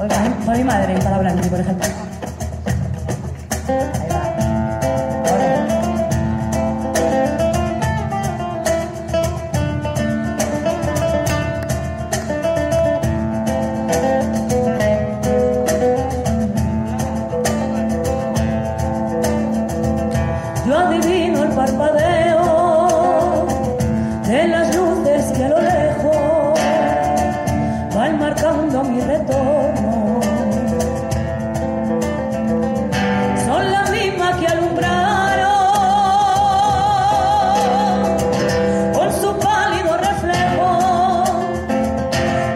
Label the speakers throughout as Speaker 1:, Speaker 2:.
Speaker 1: Oiga, ¿eh? soy mi madre para Blanqui, por ejemplo. Ahí va. Ahora. Yo adivino el parpadeo de las luces que a lo lejos van marcando mi retorno. Son las mismas que alumbraron con su pálido reflejo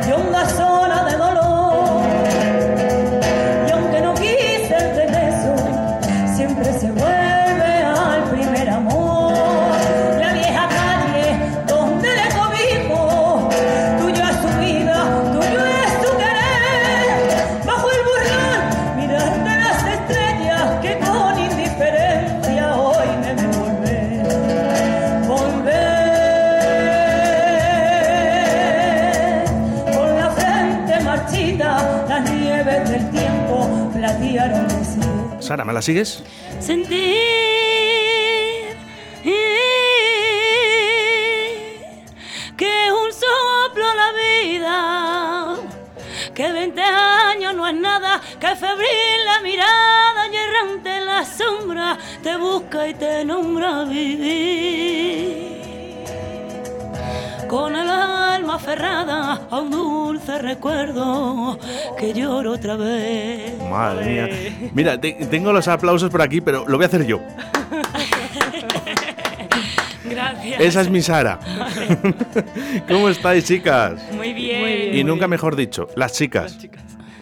Speaker 1: de una sola de dolor. Y aunque no quise el regreso, siempre se vuelve al primer amor. La vieja calle donde le cobijo, tuyo es tu vida, tuyo es tu querer. Bajo el burlón, mirar de las estrellas que con indiferencia hoy me devuelve. Volver con la frente marchita, las nieves del tiempo platearon el cielo.
Speaker 2: Sara, ¿me la sigues?
Speaker 3: Sentir eh, que un soplo la vida, que 20 años no es nada, que febril la mirada y errante en la sombra te busca y te nombra vivir. Con el alma aferrada a un dulce recuerdo que lloro otra vez.
Speaker 2: Madre mía. Mira, te- tengo los aplausos por aquí, pero lo voy a hacer yo.
Speaker 4: Gracias.
Speaker 2: Esa es mi Sara. ¿Cómo estáis, chicas?
Speaker 4: Muy bien.
Speaker 2: Y nunca mejor dicho, las chicas.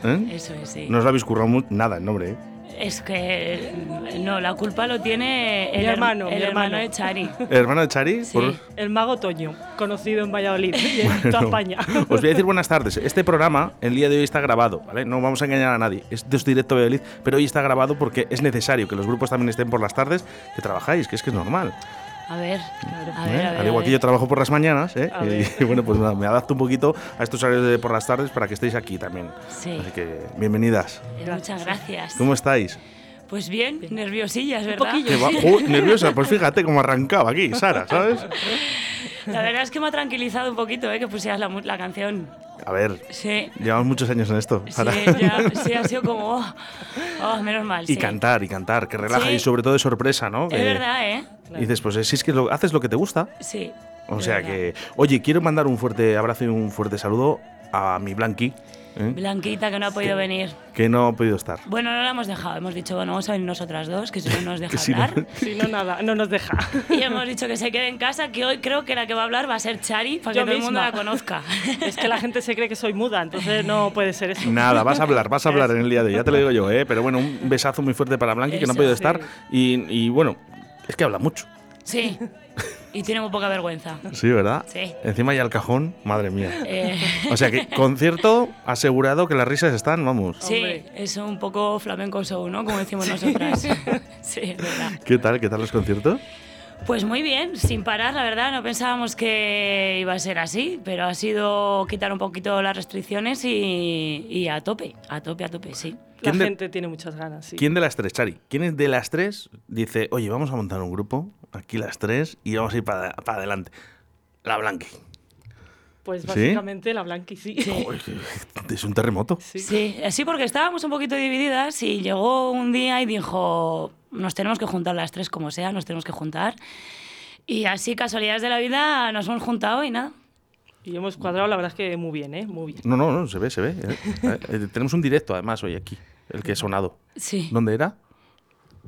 Speaker 2: ¿Eh?
Speaker 4: Eso es, sí.
Speaker 2: No os lo habéis currado mu- nada el nombre, ¿eh?
Speaker 4: Es que mm, no, la culpa lo tiene el
Speaker 5: Mi
Speaker 4: her-
Speaker 5: hermano,
Speaker 4: el
Speaker 5: mi
Speaker 4: hermano
Speaker 5: hermano.
Speaker 4: de Chari.
Speaker 2: ¿El hermano de Chari?
Speaker 4: Sí.
Speaker 2: Por-
Speaker 5: El mago Toño, conocido en Valladolid y en toda
Speaker 2: Bueno,
Speaker 5: España.
Speaker 2: Os voy a decir buenas tardes. Este programa, el día de hoy, está grabado, ¿vale? No vamos a engañar a nadie. Esto es directo de Valladolid, pero hoy está grabado porque es necesario que los grupos también estén por las tardes que trabajáis, que es que es normal.
Speaker 4: A ver, a
Speaker 2: ¿eh?
Speaker 4: ver, a ver.
Speaker 2: Al igual
Speaker 4: a
Speaker 2: que yo
Speaker 4: ver.
Speaker 2: trabajo por las mañanas, ¿eh?
Speaker 5: A
Speaker 2: Y bueno, pues nada, me adapto un poquito a estos horarios de por las tardes para que estéis aquí también.
Speaker 4: Sí.
Speaker 2: Así que, bienvenidas.
Speaker 4: Eh, Muchas gracias.
Speaker 2: ¿Cómo estáis?
Speaker 4: Pues bien, nerviosillas, ¿verdad?
Speaker 2: Que va- Uy, nerviosa, pues fíjate cómo arrancaba aquí, Sara, ¿sabes?
Speaker 4: La verdad es que me ha tranquilizado un poquito, ¿eh? Que pusieras la, mu- la canción.
Speaker 2: A ver,
Speaker 4: Sí.
Speaker 2: llevamos muchos años en esto,
Speaker 4: Sí,
Speaker 2: Sara.
Speaker 4: ya- sí, ha sido como. Oh, oh, menos mal.
Speaker 2: Y
Speaker 4: sí.
Speaker 2: cantar, y cantar, que relaja
Speaker 4: Sí.
Speaker 2: y sobre todo es sorpresa, ¿no?
Speaker 4: Es
Speaker 2: Que-
Speaker 4: verdad, ¿eh?
Speaker 2: Y dices, pues eh, si es que lo- haces lo que te gusta.
Speaker 4: Sí.
Speaker 2: O
Speaker 4: es
Speaker 2: sea
Speaker 4: verdad.
Speaker 2: que, oye, quiero mandar un fuerte abrazo y un fuerte saludo a mi Blanqui, ¿eh?
Speaker 4: Blanquita, que no ha podido venir.
Speaker 2: que no ha podido estar.
Speaker 4: Bueno, no la hemos dejado. Hemos dicho, bueno, vamos a venir nosotras dos, que si no nos deja
Speaker 2: Que si no-
Speaker 4: hablar.
Speaker 5: Si no, nada, no nos deja.
Speaker 4: Y hemos dicho que se quede en casa, que hoy creo que la que va a hablar va a ser Chari, para que
Speaker 5: Yo
Speaker 4: todo el mundo
Speaker 5: misma.
Speaker 4: la conozca.
Speaker 5: Es que la gente se cree que soy muda, entonces no puede ser eso.
Speaker 2: Nada, vas a hablar, vas a hablar en el día de hoy, ya te lo digo yo, ¿eh? Pero bueno, un besazo muy fuerte para Blanqui, que no ha
Speaker 4: Eso,
Speaker 2: podido
Speaker 4: sí.
Speaker 2: estar. Y, y bueno, es que habla mucho.
Speaker 4: Sí. Y tiene muy poca vergüenza.
Speaker 2: Sí, ¿verdad?
Speaker 4: Sí.
Speaker 2: Encima ya el cajón, madre mía.
Speaker 4: Eh,
Speaker 2: O sea que concierto asegurado que las risas están, vamos.
Speaker 4: sí,
Speaker 5: Hombre.
Speaker 4: es un poco flamenco show, ¿no? Como decimos nosotras. Sí, es verdad.
Speaker 2: ¿Qué tal? ¿Qué tal los conciertos?
Speaker 4: Pues muy bien, sin parar, la verdad. No pensábamos que iba a ser así, pero ha sido quitar un poquito las restricciones y, y a tope, a tope, a tope, sí.
Speaker 5: La
Speaker 2: ¿Quién de-
Speaker 5: gente tiene muchas ganas, sí.
Speaker 2: ¿Quién de las tres, Chari? ¿Quién es de las tres dice, oye, vamos a montar un grupo, aquí las tres, y vamos a ir para para adelante? La Blanqui.
Speaker 5: Pues
Speaker 2: ¿Sí?
Speaker 5: básicamente la Blanqui, sí.
Speaker 2: Uy, que- Es un terremoto.
Speaker 5: Sí.
Speaker 4: Sí, sí, porque estábamos un poquito divididas y llegó un día y dijo, nos tenemos que juntar las tres como sea, nos tenemos que juntar. Y así, casualidades de la vida, nos hemos juntado y nada.
Speaker 5: Y hemos cuadrado, la verdad es que muy bien, ¿eh? Muy bien.
Speaker 2: No, no, no, se ve, se ve. eh. Eh, eh, Tenemos un directo además hoy aquí, el que he sonado.
Speaker 4: Sí.
Speaker 2: ¿Dónde era?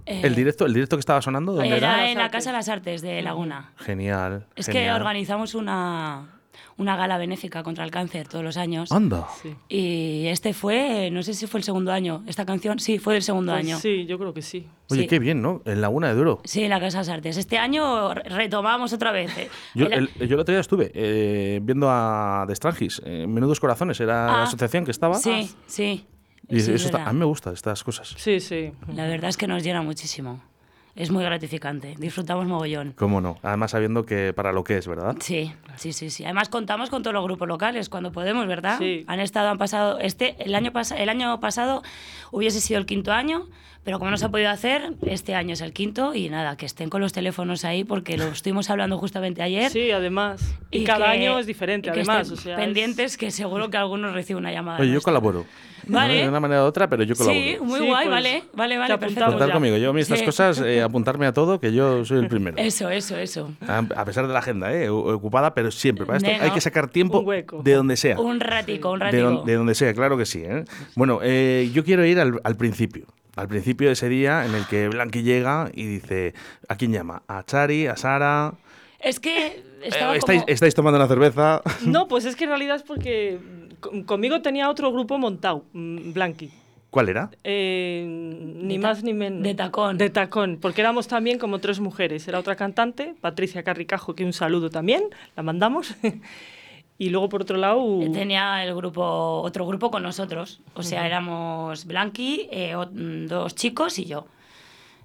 Speaker 4: Eh,
Speaker 2: ¿El directo, el directo que estaba sonando? ¿Dónde era?
Speaker 4: Era en la Casa de las Artes de Laguna.
Speaker 2: Genial.
Speaker 4: Es que
Speaker 2: genial.
Speaker 4: organizamos una, una gala benéfica contra el cáncer todos los años.
Speaker 2: Anda.
Speaker 5: Sí.
Speaker 4: Y este fue, no sé si fue el segundo año, esta canción, sí, fue el segundo
Speaker 5: Pues
Speaker 4: año.
Speaker 5: sí, yo creo que sí.
Speaker 2: Oye,
Speaker 4: Sí.
Speaker 2: qué bien, ¿no? En Laguna de Duro.
Speaker 4: Sí, en la Casa de las Artes. Este año re- retomamos otra vez. eh.
Speaker 2: Yo
Speaker 4: El-
Speaker 2: el, yo el otro día estuve eh, viendo a The Strangis, eh, Menudos Corazones, era la
Speaker 4: Ah,
Speaker 2: asociación que estaba.
Speaker 4: Sí, sí. Sí,
Speaker 2: Y eso
Speaker 4: es
Speaker 2: está-
Speaker 4: verdad.
Speaker 2: a mí me gustan estas cosas.
Speaker 5: Sí, sí.
Speaker 4: La verdad es que nos llena muchísimo. es muy gratificante. Disfrutamos mogollón.
Speaker 2: ¿Cómo no? Además sabiendo que para lo que es, ¿verdad?
Speaker 4: Sí, sí, sí, sí. Además contamos con todos los grupos locales cuando podemos, ¿verdad?
Speaker 5: Sí.
Speaker 4: Han estado, han pasado. Este, el año pas- el año pasado hubiese sido el quinto año, pero como no se ha podido hacer, este año es el quinto y nada, que estén con los teléfonos ahí porque lo estuvimos hablando justamente ayer.
Speaker 5: Sí, además. Y,
Speaker 4: que-
Speaker 5: cada año es diferente,
Speaker 4: y que
Speaker 5: además. O
Speaker 4: estén
Speaker 5: sea, es-
Speaker 4: pendientes que seguro que algunos reciben una llamada.
Speaker 2: Oye, yo
Speaker 4: nuestra.
Speaker 2: colaboro.
Speaker 4: Vale.
Speaker 2: De una manera u otra, pero yo colaboro.
Speaker 4: Sí, muy
Speaker 5: Sí,
Speaker 4: guay,
Speaker 5: pues,
Speaker 4: vale, vale, vale,
Speaker 5: te
Speaker 4: perfecto.
Speaker 5: apuntamos.
Speaker 2: Contar
Speaker 5: ya.
Speaker 2: conmigo. Yo a mí estas
Speaker 4: Sí. Eh.
Speaker 2: cosas, eh, apuntarme a todo, que yo soy el primero.
Speaker 4: Eso, eso, eso.
Speaker 2: A, a pesar de la agenda, ¿eh? O- ocupada, pero siempre. Para esto
Speaker 4: Nena.
Speaker 2: hay que sacar tiempo
Speaker 5: Un hueco.
Speaker 2: de donde sea.
Speaker 4: Un ratico, un
Speaker 2: de,
Speaker 4: ratico.
Speaker 2: don- de donde sea, claro que sí. ¿eh? Bueno, eh, yo quiero ir al, al principio. Al principio de ese día en el que Blanqui llega y dice, ¿a quién llama? ¿A Chari? ¿A Sara?
Speaker 4: Es que
Speaker 2: Eh,
Speaker 4: estaba
Speaker 2: ¿estáis,
Speaker 4: como-
Speaker 2: estáis tomando una cerveza?
Speaker 5: No, pues es que en realidad es porque con- conmigo tenía otro grupo montado, mm, Blanqui.
Speaker 2: ¿Cuál era?
Speaker 5: Eh, ni
Speaker 4: De ta-
Speaker 5: más ni menos.
Speaker 4: de tacón.
Speaker 5: De tacón, porque éramos también como tres mujeres. Era otra cantante, Patricia Carricajo, que un saludo también, la mandamos. y luego por otro lado.
Speaker 4: Tenía el grupo, otro grupo con nosotros. O sea, éramos Blanqui, eh, o- mm, dos chicos y yo.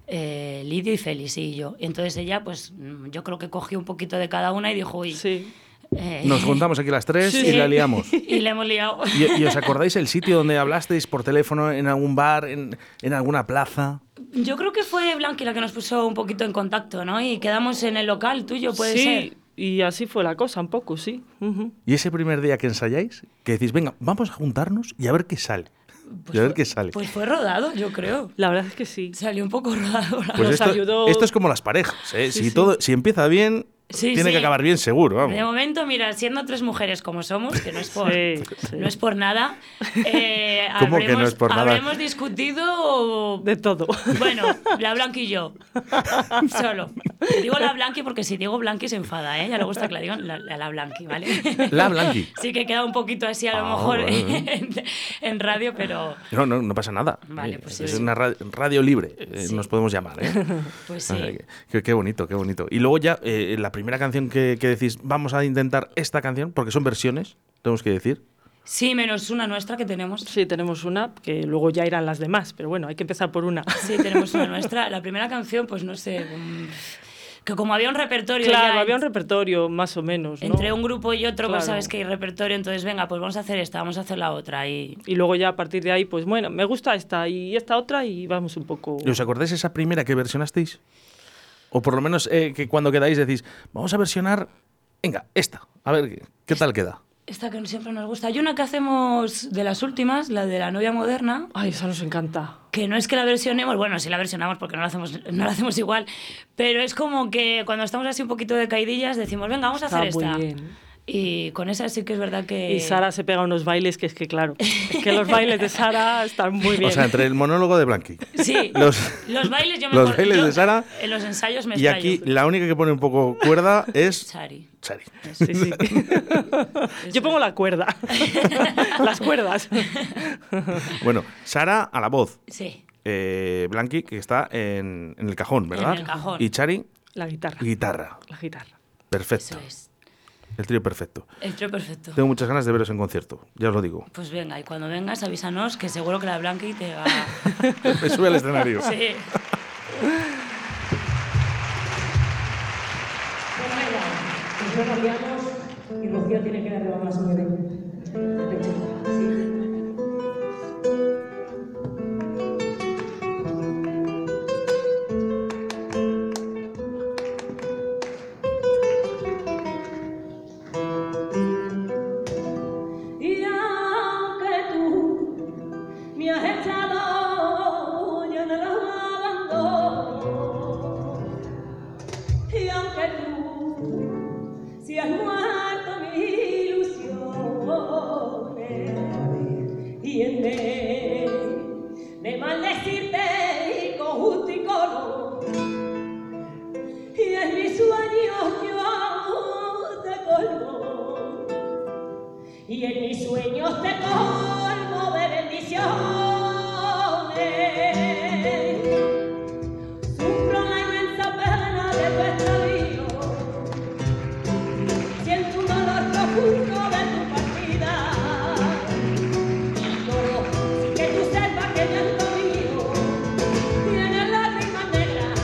Speaker 4: Eh, Lidio y Félix y yo. Y entonces ella, pues mm, yo creo que cogió un poquito de cada una y dijo, uy,
Speaker 5: Sí.
Speaker 4: eh,
Speaker 2: Nos juntamos aquí las tres
Speaker 5: Sí.
Speaker 2: y la liamos.
Speaker 4: y le hemos liado.
Speaker 2: ¿Y, e- y os acordáis el sitio donde hablasteis por teléfono en algún bar, en, en alguna plaza?
Speaker 4: Yo creo que fue Blanqui la que nos puso un poquito en contacto, ¿no? Y quedamos en el local tuyo, puede
Speaker 5: sí,
Speaker 4: ser.
Speaker 5: y así fue la cosa, un poco, sí. Ujú.
Speaker 2: Y ese primer día que ensayáis, que decís, venga, vamos a juntarnos y a ver qué sale. y a ver qué sale.
Speaker 4: Pues fue rodado, yo creo.
Speaker 5: La verdad es que sí.
Speaker 4: Salió un poco rodado. la
Speaker 2: Pues
Speaker 5: nos
Speaker 2: esto,
Speaker 5: ayudó-
Speaker 2: esto es como las parejas. ¿eh?
Speaker 5: Sí,
Speaker 2: si,
Speaker 5: sí.
Speaker 2: Todo, si empieza bien,
Speaker 4: Sí,
Speaker 2: tiene
Speaker 4: sí.
Speaker 2: que acabar bien seguro. Vamos.
Speaker 4: De momento, mira, siendo tres mujeres como somos, que no es por,
Speaker 5: Sí, sí.
Speaker 4: No es por nada, eh,
Speaker 2: ¿Cómo que
Speaker 4: habremos,
Speaker 2: no es por nada?
Speaker 4: habremos discutido,
Speaker 5: De todo.
Speaker 4: bueno, la Blanqui y yo, solo. Digo la Blanqui porque si digo Blanqui se enfada, ¿eh? Ya le gusta que la digan la, la, la Blanqui, ¿vale?
Speaker 2: La Blanqui.
Speaker 4: Sí que queda un poquito así a lo
Speaker 2: Ah,
Speaker 4: mejor
Speaker 2: bueno.
Speaker 4: en, en radio, pero
Speaker 2: No, no, no pasa nada.
Speaker 4: Vale,
Speaker 2: Eh,
Speaker 4: pues
Speaker 2: es
Speaker 4: sí.
Speaker 2: una ra- radio, libre, eh,
Speaker 4: Sí.
Speaker 2: nos podemos llamar. ¿eh?
Speaker 4: pues
Speaker 2: O sea,
Speaker 4: sí.
Speaker 2: que- que- Qué bonito, qué bonito. Y luego ya, eh, la primera canción que, que decís, vamos a intentar esta canción, porque son versiones, tenemos que decir.
Speaker 4: Sí, menos una nuestra que tenemos.
Speaker 5: Sí, tenemos una, que luego ya irán las demás, pero bueno, hay que empezar por una.
Speaker 4: Sí, tenemos una nuestra. La primera canción, pues no sé, mm, que como había un repertorio
Speaker 5: Claro,
Speaker 4: ya
Speaker 5: había un repertorio más o menos. ¿no?
Speaker 4: Entre un grupo y otro,
Speaker 5: Claro.
Speaker 4: pues sabes que hay repertorio, entonces venga, pues vamos a hacer esta, vamos a hacer la otra. Y
Speaker 5: Y luego ya a partir de ahí, pues bueno, me gusta esta y esta otra y vamos un poco...
Speaker 2: ¿Y ¿Os acordáis esa primera que versionasteis? O por lo menos eh, que cuando quedáis decís, vamos a versionar, venga, esta, a ver qué, qué tal queda.
Speaker 4: esta que siempre nos gusta. Hay una que hacemos de las últimas, la de la novia moderna,
Speaker 5: Ay, esa nos encanta.
Speaker 4: que no es que la versionemos, bueno, sí la versionamos porque no la hacemos, no la hacemos igual, pero es como que cuando estamos así un poquito de caidillas decimos, venga, vamos a
Speaker 5: Está
Speaker 4: hacer
Speaker 5: muy
Speaker 4: esta.
Speaker 5: bien. Eh,
Speaker 4: Y con esa sí que es verdad que...
Speaker 5: Y Sara se pega unos bailes que es que, claro, es que los bailes de Sara están muy bien.
Speaker 2: O sea, entre el monólogo de Blanqui
Speaker 4: Sí,
Speaker 2: Los-
Speaker 4: los, bailes yo me
Speaker 2: los
Speaker 4: acuerdo-
Speaker 2: bailes
Speaker 4: yo
Speaker 2: de Sara.
Speaker 4: En los ensayos me
Speaker 2: y aquí
Speaker 4: estallo.
Speaker 2: la única que pone un poco cuerda es
Speaker 4: Sari.
Speaker 2: Chari.
Speaker 5: Sí, sí. Yo pongo la cuerda. Las cuerdas.
Speaker 2: Bueno, Sara a la voz.
Speaker 4: Sí.
Speaker 2: eh, Blanqui, que está en, en el cajón, ¿verdad?
Speaker 4: el cajón.
Speaker 2: Y Chari,
Speaker 5: La guitarra.
Speaker 2: guitarra.
Speaker 5: La guitarra.
Speaker 2: Perfecto.
Speaker 4: Eso es.
Speaker 2: El trío perfecto.
Speaker 4: El trío perfecto.
Speaker 2: Tengo muchas ganas de veros en concierto, ya os lo digo.
Speaker 4: Pues venga, y cuando vengas avísanos que seguro que la Blanqui te va...
Speaker 2: Me sube al escenario.
Speaker 4: Sí.
Speaker 1: Nos veamos y Rocío tiene que darle la mano a su bebé. El pecho. Sí.
Speaker 3: Y aunque tú me has echado lleno de abandono, y aunque tú si has muerto mis ilusiones, y en vez de maldecirte con justo y con y en mis sueños yo te colmo y en mis sueños te colmo de bendiciones. Sufro la inmensa pena de tu extravío, siento un dolor profundo de tu partida. Todo sin que tú sepas que llanto mío tiene lágrimas negras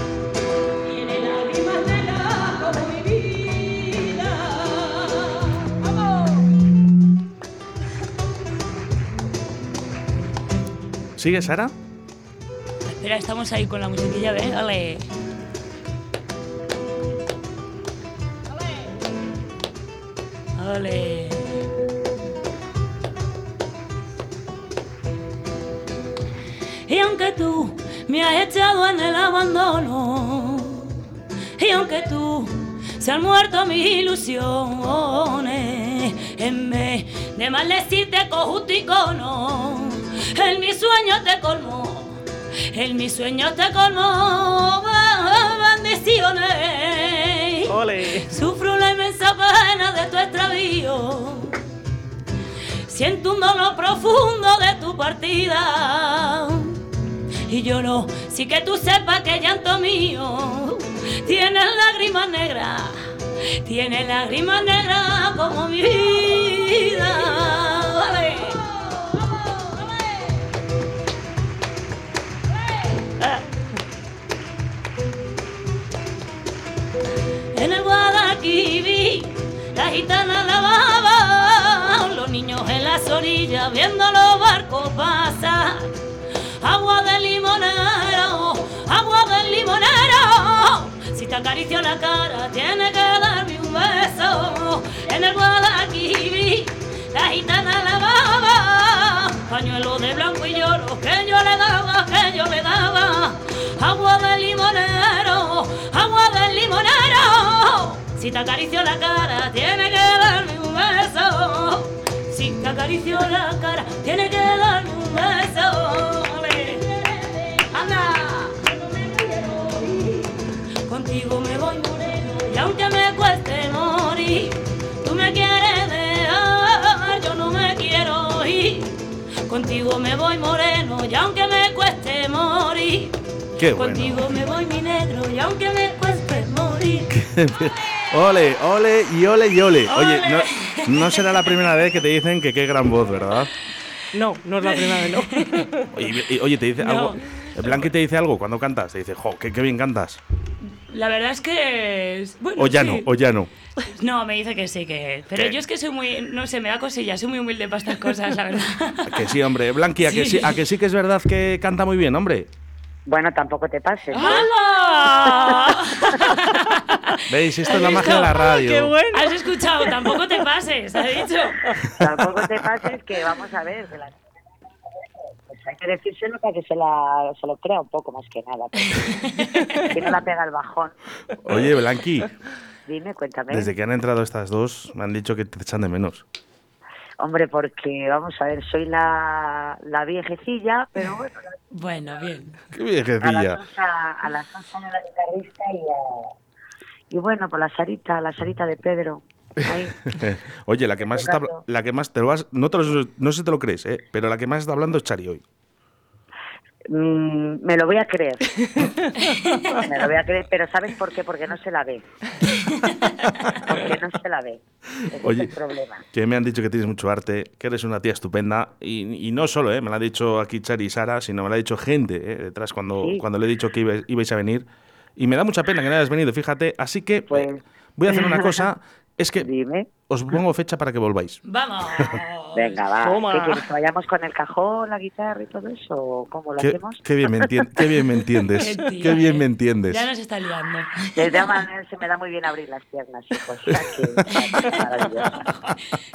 Speaker 2: ¿Sigue, Sara?
Speaker 4: Espera, estamos ahí con la musiquilla, ¿ves? Dale. Dale. Y aunque tú me has echado en el abandono, y aunque tú se han muerto mis ilusiones, en vez de maldecirte con justo icono, en mi sueño te colmó, en mi sueño te colmó, bendiciones.
Speaker 5: Ole.
Speaker 4: Sufro la inmensa pena de tu extravío. Siento un dolor profundo de tu partida. Y lloro, sí que tú sepas que llanto mío tiene lágrimas negras, tiene lágrimas negras como mi vida. ¡Vale! Ah. En el Guadalquivir la gitana lavaba, los niños en las orillas viendo los barcos pasar. Agua de limonero, agua de limonero, si te acaricio la cara tienes que darme un beso. En el Guadalquivir la gitana lavaba, pañuelo de blanco y lloro que yo le daba, que yo le daba. Agua de limonero, agua de limonero. Si te acaricio la cara, tiene que darme un beso. Si te acaricio la cara, tiene que darme un beso. Ole. Anda. Contigo me voy moreno y aunque me cueste morir, tú me quieres dejar, yo no me quiero ir. Contigo me voy moreno y aunque me cueste morir,
Speaker 2: Qué bueno.
Speaker 4: contigo me voy mi negro y aunque me cueste morir.
Speaker 2: Ole, ole y ole y ole. Oye,
Speaker 4: Ole.
Speaker 2: no, no será la primera vez que te dicen que qué gran voz, ¿verdad?
Speaker 5: No, no es la primera vez, no.
Speaker 2: Oye, y- oye, te dice
Speaker 4: No.
Speaker 2: algo. Blanqui te dice algo cuando cantas. Te dice, jo, qué, qué bien cantas.
Speaker 4: La verdad es que es- bueno,
Speaker 2: O ya no,
Speaker 4: sí.
Speaker 2: o ya no.
Speaker 4: No, me dice que sí que. Pero
Speaker 2: ¿Qué?
Speaker 4: yo es que soy muy, no sé, me da cosilla, soy muy humilde para estas cosas, la
Speaker 2: A
Speaker 4: verdad.
Speaker 2: Que sí, hombre. Blanqui, a, que sí,
Speaker 4: Sí.
Speaker 2: a que sí que es verdad que canta muy bien, hombre.
Speaker 6: Bueno, tampoco te pases.
Speaker 4: Ah. ¡Hala!
Speaker 2: ¿Veis? Esto es
Speaker 4: ¿Has
Speaker 2: la magia
Speaker 4: visto?
Speaker 2: de la radio.
Speaker 5: ¡Qué bueno!
Speaker 4: Has escuchado, tampoco te pases, ha dicho.
Speaker 6: Tampoco te pases que vamos a ver. que la- Pues hay que decírselo para que se, la, se lo crea un poco más que nada. porque Si no la pega el bajón.
Speaker 2: Oye, Blanqui,
Speaker 6: ¿Eh? Dime, cuéntame.
Speaker 2: desde que han entrado estas dos, me han dicho que te echan de menos.
Speaker 6: Hombre, porque vamos a ver, soy la, la viejecilla, pero bueno,
Speaker 4: Bueno, bien.
Speaker 2: Qué
Speaker 6: a la
Speaker 2: viejecilla.
Speaker 6: sosa, a la sosa, a la guitarrista y a... Y bueno, por la Sarita, la Sarita de Pedro. Ahí.
Speaker 2: Oye, la que más está,
Speaker 6: Exacto.
Speaker 2: la que más te lo vas, no, te lo- no sé si te lo crees, ¿eh? pero la que más está hablando es Chari hoy.
Speaker 6: Mm, me lo voy a creer. me lo voy a creer, pero ¿sabes por qué? Porque no se la ve. Porque no se la ve. Ese
Speaker 2: Oye,
Speaker 6: es el problema.
Speaker 2: que me han dicho que tienes mucho arte, que eres una tía estupenda y, y no solo, ¿eh? me lo ha dicho aquí Chari y Sara, sino me lo ha dicho gente ¿eh? detrás cuando,
Speaker 6: Sí.
Speaker 2: cuando le he dicho que ibais, ibais a venir y me da mucha pena que no hayas venido, fíjate, así que
Speaker 6: Pues-
Speaker 2: eh, voy a hacer una cosa, es que
Speaker 6: Dime.
Speaker 2: os pongo fecha para que volváis.
Speaker 4: Vamos.
Speaker 6: Venga, va.
Speaker 5: Toma.
Speaker 6: ¿Qué quieres? ¿Que vayamos con el cajón, la guitarra y todo eso? ¿O ¿Cómo lo
Speaker 2: Qué,
Speaker 6: hacemos?
Speaker 2: qué bien me entien- qué bien me entiendes,
Speaker 4: Qué tía,
Speaker 2: qué bien me
Speaker 4: eh.
Speaker 2: entiendes.
Speaker 4: Ya nos está liando.
Speaker 6: De todas maneras, se me da muy bien abrir las piernas, hijo. o sea que- maravilloso.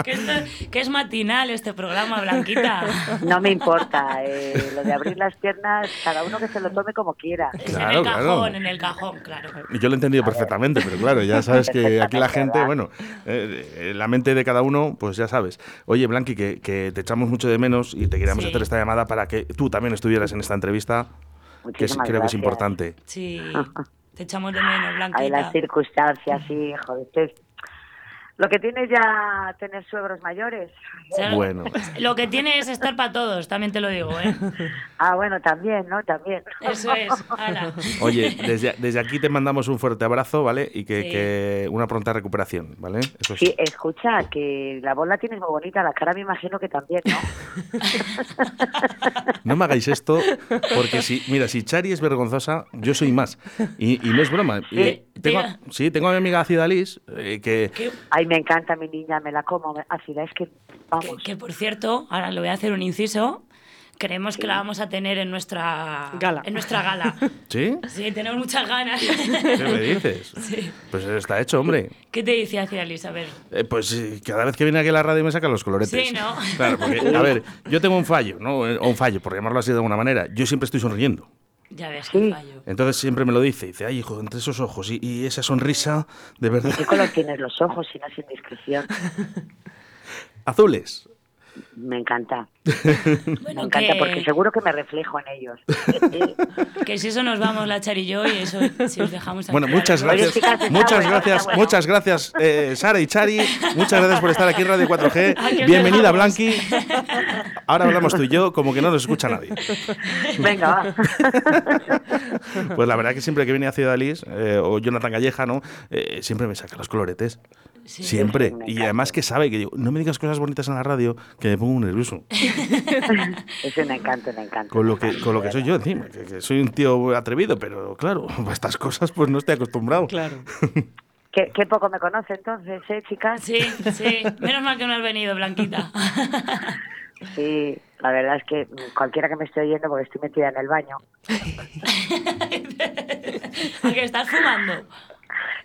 Speaker 4: que, esto- que es matinal este programa, Blanquita.
Speaker 6: No me importa. eh, lo de abrir las piernas, cada uno que se lo tome como quiera.
Speaker 4: Es en
Speaker 2: Claro,
Speaker 4: el
Speaker 2: claro.
Speaker 4: cajón, en el cajón, claro.
Speaker 2: Yo lo he entendido perfectamente, pero claro, ya sabes que aquí la gente,
Speaker 6: Perfectamente, ¿verdad?
Speaker 2: bueno, eh, eh, la mente de cada uno, pues ya sabes. Oye, Blanqui, que, que te echamos mucho de menos y te queríamos
Speaker 4: Sí.
Speaker 2: hacer esta llamada para que tú también estuvieras en esta entrevista, que es-
Speaker 6: Muchísimas
Speaker 2: creo que es
Speaker 6: gracias.
Speaker 2: importante.
Speaker 4: Sí. Te echamos de menos,
Speaker 6: Hay
Speaker 4: Blanquita.
Speaker 6: las circunstancias, sí, joder. usted- Lo que tiene ya tener suegros mayores.
Speaker 4: O sea,
Speaker 2: Bueno.
Speaker 4: Lo que tiene es estar para todos, también te lo digo, ¿eh?
Speaker 6: Ah, bueno, también, ¿no? También.
Speaker 4: Eso es. Ala.
Speaker 2: Oye, desde, desde aquí te mandamos un fuerte abrazo, ¿vale? Y que,
Speaker 4: Sí.
Speaker 2: que una pronta recuperación, ¿vale? Eso
Speaker 6: Sí, escucha, que la voz la tienes muy bonita, la cara me imagino que también, ¿no?
Speaker 2: No me hagáis esto, porque si, mira, si Chari es vergonzosa, yo soy más. Y, y no es broma. Y
Speaker 4: Eh,
Speaker 2: tengo,
Speaker 4: tía.
Speaker 2: sí, tengo a mi amiga Cidalis, eh, que,
Speaker 4: Que,
Speaker 6: Ay, me encanta mi niña, me la como ácida, es que,
Speaker 4: que-
Speaker 6: vamos,
Speaker 4: que, por cierto, ahora le voy a hacer un inciso. creemos que la vamos a tener en nuestra
Speaker 5: Gala.
Speaker 4: En nuestra gala.
Speaker 2: ¿Sí?
Speaker 4: sí, tenemos muchas ganas.
Speaker 2: ¿Qué me dices? Pues eso está hecho, hombre.
Speaker 4: ¿Qué te dice hacia Alice? A ver.
Speaker 2: Eh, pues eh, cada vez que viene aquí a la radio me sacan los coloretes.
Speaker 4: Sí, ¿no?
Speaker 2: Claro, porque, a ver, yo tengo un fallo, ¿no? Eh, O un fallo, por llamarlo así de alguna manera. Yo siempre estoy sonriendo.
Speaker 4: Ya ves,
Speaker 5: Mm.
Speaker 4: qué fallo.
Speaker 2: Entonces siempre me lo dice. Dice, ay, hijo, entre esos ojos y, y esa sonrisa, de verdad.
Speaker 6: ¿Qué color tienes los ojos si no es indiscreción?
Speaker 2: Azules.
Speaker 6: Me encanta.
Speaker 4: Bueno,
Speaker 6: me encanta
Speaker 4: que-
Speaker 6: porque seguro que me reflejo en ellos.
Speaker 4: Que si eso nos vamos la Char y yo y eso si os dejamos.
Speaker 2: Bueno,
Speaker 4: aquí.
Speaker 2: muchas
Speaker 6: Oye,
Speaker 2: gracias.
Speaker 6: chicas, está
Speaker 2: Muchas
Speaker 6: bueno,
Speaker 2: gracias,
Speaker 6: está bueno.
Speaker 2: muchas gracias, eh, Sara y Chari. Muchas gracias por estar aquí en Radio 4G.
Speaker 5: Aquí os
Speaker 2: Bienvenida,
Speaker 5: dejamos.
Speaker 2: Blanqui. Ahora hablamos tú y yo, como que no nos escucha nadie.
Speaker 6: Venga, va.
Speaker 2: Pues la verdad que siempre que viene a Ciudad Lis, eh, o Jonathan Galleja, ¿no? Eh, siempre me saca los coloretes. siempre.
Speaker 6: Me
Speaker 2: Y
Speaker 6: encanta.
Speaker 2: además que sabe que digo, no me digas cosas bonitas en la radio, que me pongo nervioso.
Speaker 6: Es un encanto, un encanto.
Speaker 2: Con lo que, con lo que soy yo encima, que, que soy un tío atrevido, pero claro, a estas cosas pues no estoy acostumbrado.
Speaker 5: Claro.
Speaker 6: Qué, qué poco me conoce entonces, ¿eh, chicas?
Speaker 4: Sí, sí. Menos mal que no has venido, Blanquita.
Speaker 6: Sí, la verdad es que cualquiera que me esté oyendo, porque estoy metida en el baño,
Speaker 4: Porque estás fumando.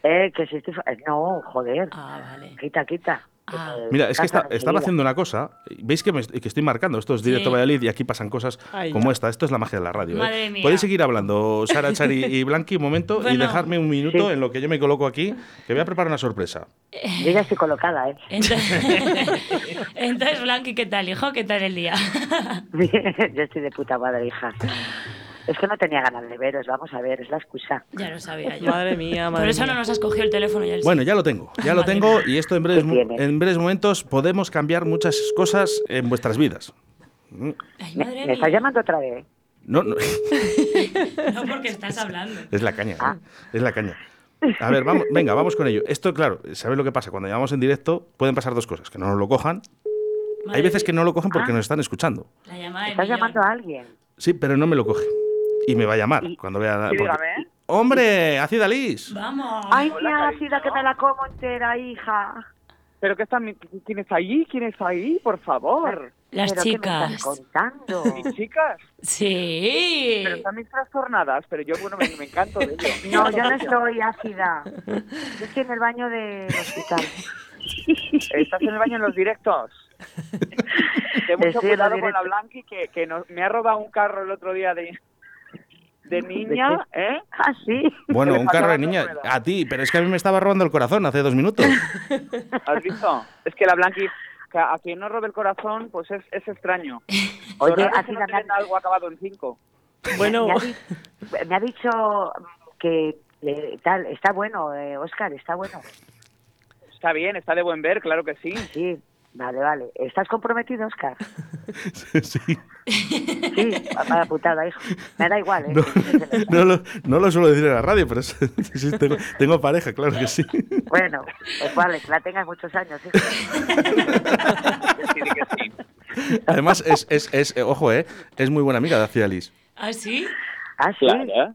Speaker 6: eh, que si estoy... fu- eh, No, joder,
Speaker 4: Ah, vale.
Speaker 6: quita, quita.
Speaker 4: Ah.
Speaker 6: Eh,
Speaker 2: Mira, es que esta-
Speaker 6: pasan
Speaker 2: estaba
Speaker 6: enseguida.
Speaker 2: haciendo una cosa. Veis que, me- que estoy marcando. Esto es directo
Speaker 4: Sí.
Speaker 2: Valladolid y aquí pasan cosas
Speaker 5: Ahí
Speaker 2: como
Speaker 5: va.
Speaker 2: esta. Esto es la magia de la radio. ¿eh?
Speaker 4: Madre mía.
Speaker 2: Podéis seguir hablando, Sara, Chari y Blanqui, un momento, y
Speaker 4: Bueno.
Speaker 2: dejarme un minuto en lo que yo me coloco aquí, que voy a preparar una sorpresa.
Speaker 6: Yo ya estoy colocada, ¿eh?
Speaker 4: Entonces, Entonces, Blanqui, ¿qué tal, hijo? ¿Qué tal el día?
Speaker 6: Yo estoy de puta madre, hija. Es que no tenía ganas de veros, vamos a ver, es la excusa.
Speaker 4: Ya lo sabía yo.
Speaker 5: Madre mía, madre
Speaker 4: Por eso no
Speaker 5: mía.
Speaker 4: nos has cogido el teléfono y el
Speaker 2: Bueno, ya lo tengo, ya lo
Speaker 4: Madre
Speaker 2: tengo, y esto en breves, mo-
Speaker 6: tiene?
Speaker 2: en breves momentos podemos cambiar muchas cosas en vuestras vidas.
Speaker 4: Ay,
Speaker 6: Me,
Speaker 4: madre
Speaker 6: me estás
Speaker 4: mía.
Speaker 6: llamando otra vez.
Speaker 2: No, no,
Speaker 4: No porque estás hablando.
Speaker 2: es la caña, ¿eh? es la caña. A ver, vamos, venga, vamos con ello. Esto, claro, ¿sabéis lo que pasa? Cuando llamamos en directo pueden pasar dos cosas, que no nos lo cojan. Hay
Speaker 4: Madre Ah.
Speaker 2: veces que no lo cogen porque nos están escuchando.
Speaker 4: mía, La llamada del
Speaker 6: Estás
Speaker 4: millón.
Speaker 6: llamando a alguien.
Speaker 2: Sí, pero no me lo coge. Y me va a llamar cuando vea. la- porque-
Speaker 7: dígame. ¿eh?
Speaker 2: ¡Hombre! ¡Hacid Alice!
Speaker 4: Vamos.
Speaker 6: Ay,
Speaker 7: Hola,
Speaker 6: mira, ácida,
Speaker 7: cariño.
Speaker 6: que me la como entera, hija.
Speaker 7: ¿Pero qué están, quién está ahí? ¿Quién está ahí? Por favor.
Speaker 4: Las
Speaker 6: ¿Pero ¿Qué me
Speaker 4: chicas.
Speaker 6: estás contando?
Speaker 7: Mis chicas,
Speaker 4: Sí.
Speaker 7: pero están mis trastornadas, pero yo, bueno, me, me encanto de ello.
Speaker 6: No, yo no estoy ácida. Yo estoy en el baño del hospital.
Speaker 7: Estás en el baño en los directos. Ten
Speaker 6: Estoy
Speaker 7: mucho
Speaker 6: en los
Speaker 7: cuidado con la
Speaker 6: directos.
Speaker 7: Blanqui, que, que nos- me ha robado un carro el otro día de, de niña, ¿eh?
Speaker 6: Ah, sí.
Speaker 2: Bueno,
Speaker 7: Le
Speaker 2: un
Speaker 7: faltaba
Speaker 2: carro de
Speaker 7: la
Speaker 2: niña.
Speaker 7: rueda.
Speaker 2: A ti, pero es que a mí me estaba robando el corazón hace dos minutos.
Speaker 7: ¿Has visto? Es que la Blanqui, que a quien no robe el corazón, pues es, es extraño.
Speaker 6: Oye,
Speaker 7: Lo raro es que
Speaker 6: ácida,
Speaker 7: no
Speaker 6: me ha-
Speaker 7: tienen algo acabado en cinco.
Speaker 5: Bueno,
Speaker 6: Me ha, di- me ha dicho mm, que eh, tal, está bueno, eh, Oscar, está bueno.
Speaker 7: Está bien, está de buen ver, claro que sí.
Speaker 6: Sí, vale, vale. ¿Estás comprometido, Oscar?
Speaker 2: sí.
Speaker 6: Sí, para putada, hijo. Me da igual, ¿eh?
Speaker 2: No, no lo, no lo suelo decir en la radio, pero sí, tengo, tengo pareja, claro que sí.
Speaker 6: Bueno, pues vale, que la tengas muchos años, hijo. Ah,
Speaker 7: Sí, di que sí.
Speaker 2: Además, es, es, es- eh, ojo, ¿eh? Es muy buena amiga de Hacid Alice.
Speaker 4: ¿Ah, sí?
Speaker 6: Ah, sí.
Speaker 7: Claro.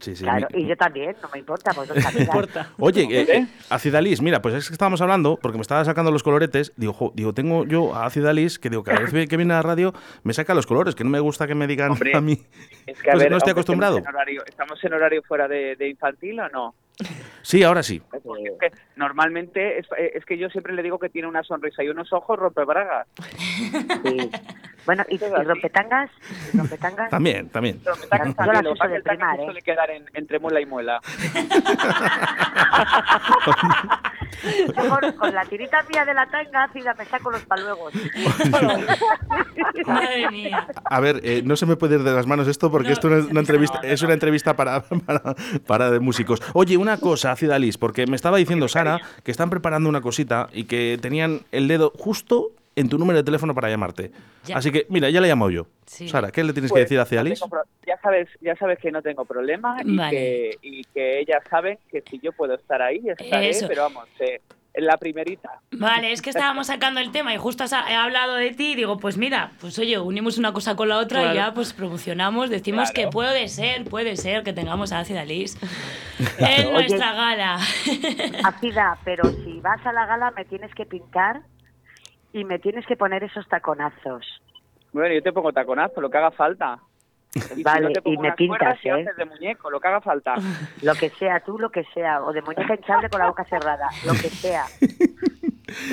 Speaker 2: Sí, sí.
Speaker 6: Claro,
Speaker 2: mi-
Speaker 6: y yo también, no me importa, pues no importa.
Speaker 2: Oye, eh, eh, Acid Alice, mira, pues es que estábamos hablando, porque me estaba sacando los coloretes, digo, jo, digo, tengo yo a Acid Alice, que digo, cada vez que viene a la radio, me saca los colores, que no me gusta que me digan
Speaker 7: Hombre,
Speaker 2: a mí.
Speaker 7: Es que, a
Speaker 2: Pues
Speaker 7: ver,
Speaker 2: no estoy
Speaker 7: aunque estemos
Speaker 2: acostumbrado.
Speaker 7: en horario- ¿Estamos en horario fuera de, de infantil o no?
Speaker 2: Sí, ahora sí.
Speaker 7: Porque es que normalmente es, eh, es que yo siempre le digo que tiene una sonrisa y unos ojos rompebragas.
Speaker 6: Sí. Bueno, ¿y, y rompetangas? ¿Y rompetangas?
Speaker 2: También, también.
Speaker 7: Pero me está
Speaker 6: Yo
Speaker 7: cansando,
Speaker 6: las
Speaker 7: lo que
Speaker 6: uso
Speaker 7: pasa es que
Speaker 6: de
Speaker 7: el tanque
Speaker 6: primar,
Speaker 7: justo
Speaker 6: ¿eh?
Speaker 7: le quedar en- entre muela y muela.
Speaker 6: Mejor con la tirita mía de la tanga ácida me saco los paluegos.
Speaker 4: Madre mía.
Speaker 2: A ver, eh, no se me puede ir de las manos esto porque
Speaker 4: No,
Speaker 2: esto no es una entrevista,
Speaker 4: no,
Speaker 2: es una entrevista para, para, para de músicos. Oye, una cosa, Acid Alice, porque me estaba diciendo Sara que están preparando una cosita y que tenían el dedo justo en tu número de teléfono para llamarte.
Speaker 4: Ya.
Speaker 2: Así que, mira, ya le he llamado yo.
Speaker 4: Sí.
Speaker 2: Sara, ¿qué le tienes
Speaker 7: Pues,
Speaker 2: que decir a Acid
Speaker 7: no
Speaker 2: Alice?
Speaker 7: tengo pro- Ya sabes, ya sabes que no tengo problema y,
Speaker 4: Vale.
Speaker 7: que, y que ellas saben que si yo puedo estar ahí, estaré,
Speaker 4: Eso.
Speaker 7: pero vamos, eh, en la primerita.
Speaker 4: Vale, es que estábamos sacando el tema y justo has- he hablado de ti y digo, pues mira, pues oye, unimos una cosa con la otra y
Speaker 5: Claro.
Speaker 4: ya pues promocionamos, decimos
Speaker 7: Claro.
Speaker 4: que puede ser, puede ser que tengamos a Ácida Liz en nuestra gala.
Speaker 6: Ácida, pero si vas a la gala me tienes que pintar y me tienes que poner esos taconazos.
Speaker 7: Bueno, yo te pongo taconazo, lo que haga falta. si
Speaker 6: Vale,
Speaker 7: te
Speaker 6: y
Speaker 7: pongo
Speaker 6: me
Speaker 7: unas
Speaker 6: pintas,
Speaker 7: cuerdas, si
Speaker 6: ¿eh?
Speaker 7: haces de muñeco, lo que haga falta.
Speaker 6: Lo que sea, tú lo que sea. O de muñeca hinchable con la boca cerrada. Lo que sea.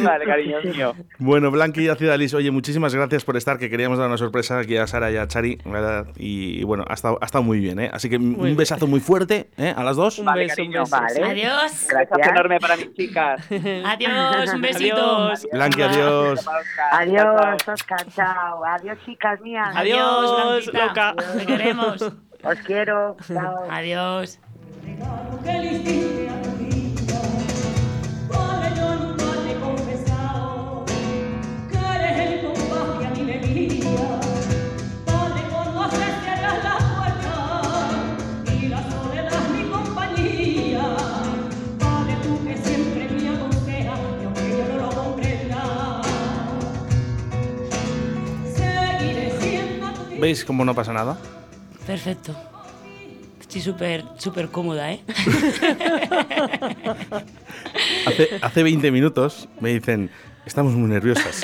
Speaker 7: Vale, cariño mío.
Speaker 2: Bueno, Blanqui y Acidalis, oye, muchísimas gracias por estar, que queríamos dar una sorpresa aquí a Sara y a Chari, ¿verdad? Y bueno, ha estado, ha estado muy bien, ¿eh? Así que un
Speaker 5: bien.
Speaker 2: besazo muy fuerte, ¿eh? A las dos.
Speaker 5: Un
Speaker 7: Vale,
Speaker 5: beso, un
Speaker 7: cariño,
Speaker 5: beso.
Speaker 6: vale.
Speaker 4: Adiós.
Speaker 7: Un besazo
Speaker 6: Gracias.
Speaker 7: enorme para mis chicas.
Speaker 4: Adiós, un besito.
Speaker 5: Adiós.
Speaker 2: Blanqui, adiós.
Speaker 6: Adiós, Oscar. Chao. Adiós, chicas mías.
Speaker 5: Adiós,
Speaker 4: Blanquita.
Speaker 5: loca.
Speaker 4: Te queremos.
Speaker 6: Os quiero. Chao.
Speaker 4: Adiós.
Speaker 1: que le hiciste a tu vida, cual yo nunca te he confesado, que eres el compás que a mí me guía, donde conoces cierras las puertas y la soledad mi compañía, vale tú que siempre me aconsejas y aunque yo no lo comprenda, seguiré siendo tu vida.
Speaker 2: ¿Veis cómo no pasa nada?
Speaker 4: Perfecto. Estoy súper, súper cómoda, ¿eh?
Speaker 2: Hace, hace 20 minutos me dicen, estamos muy nerviosas.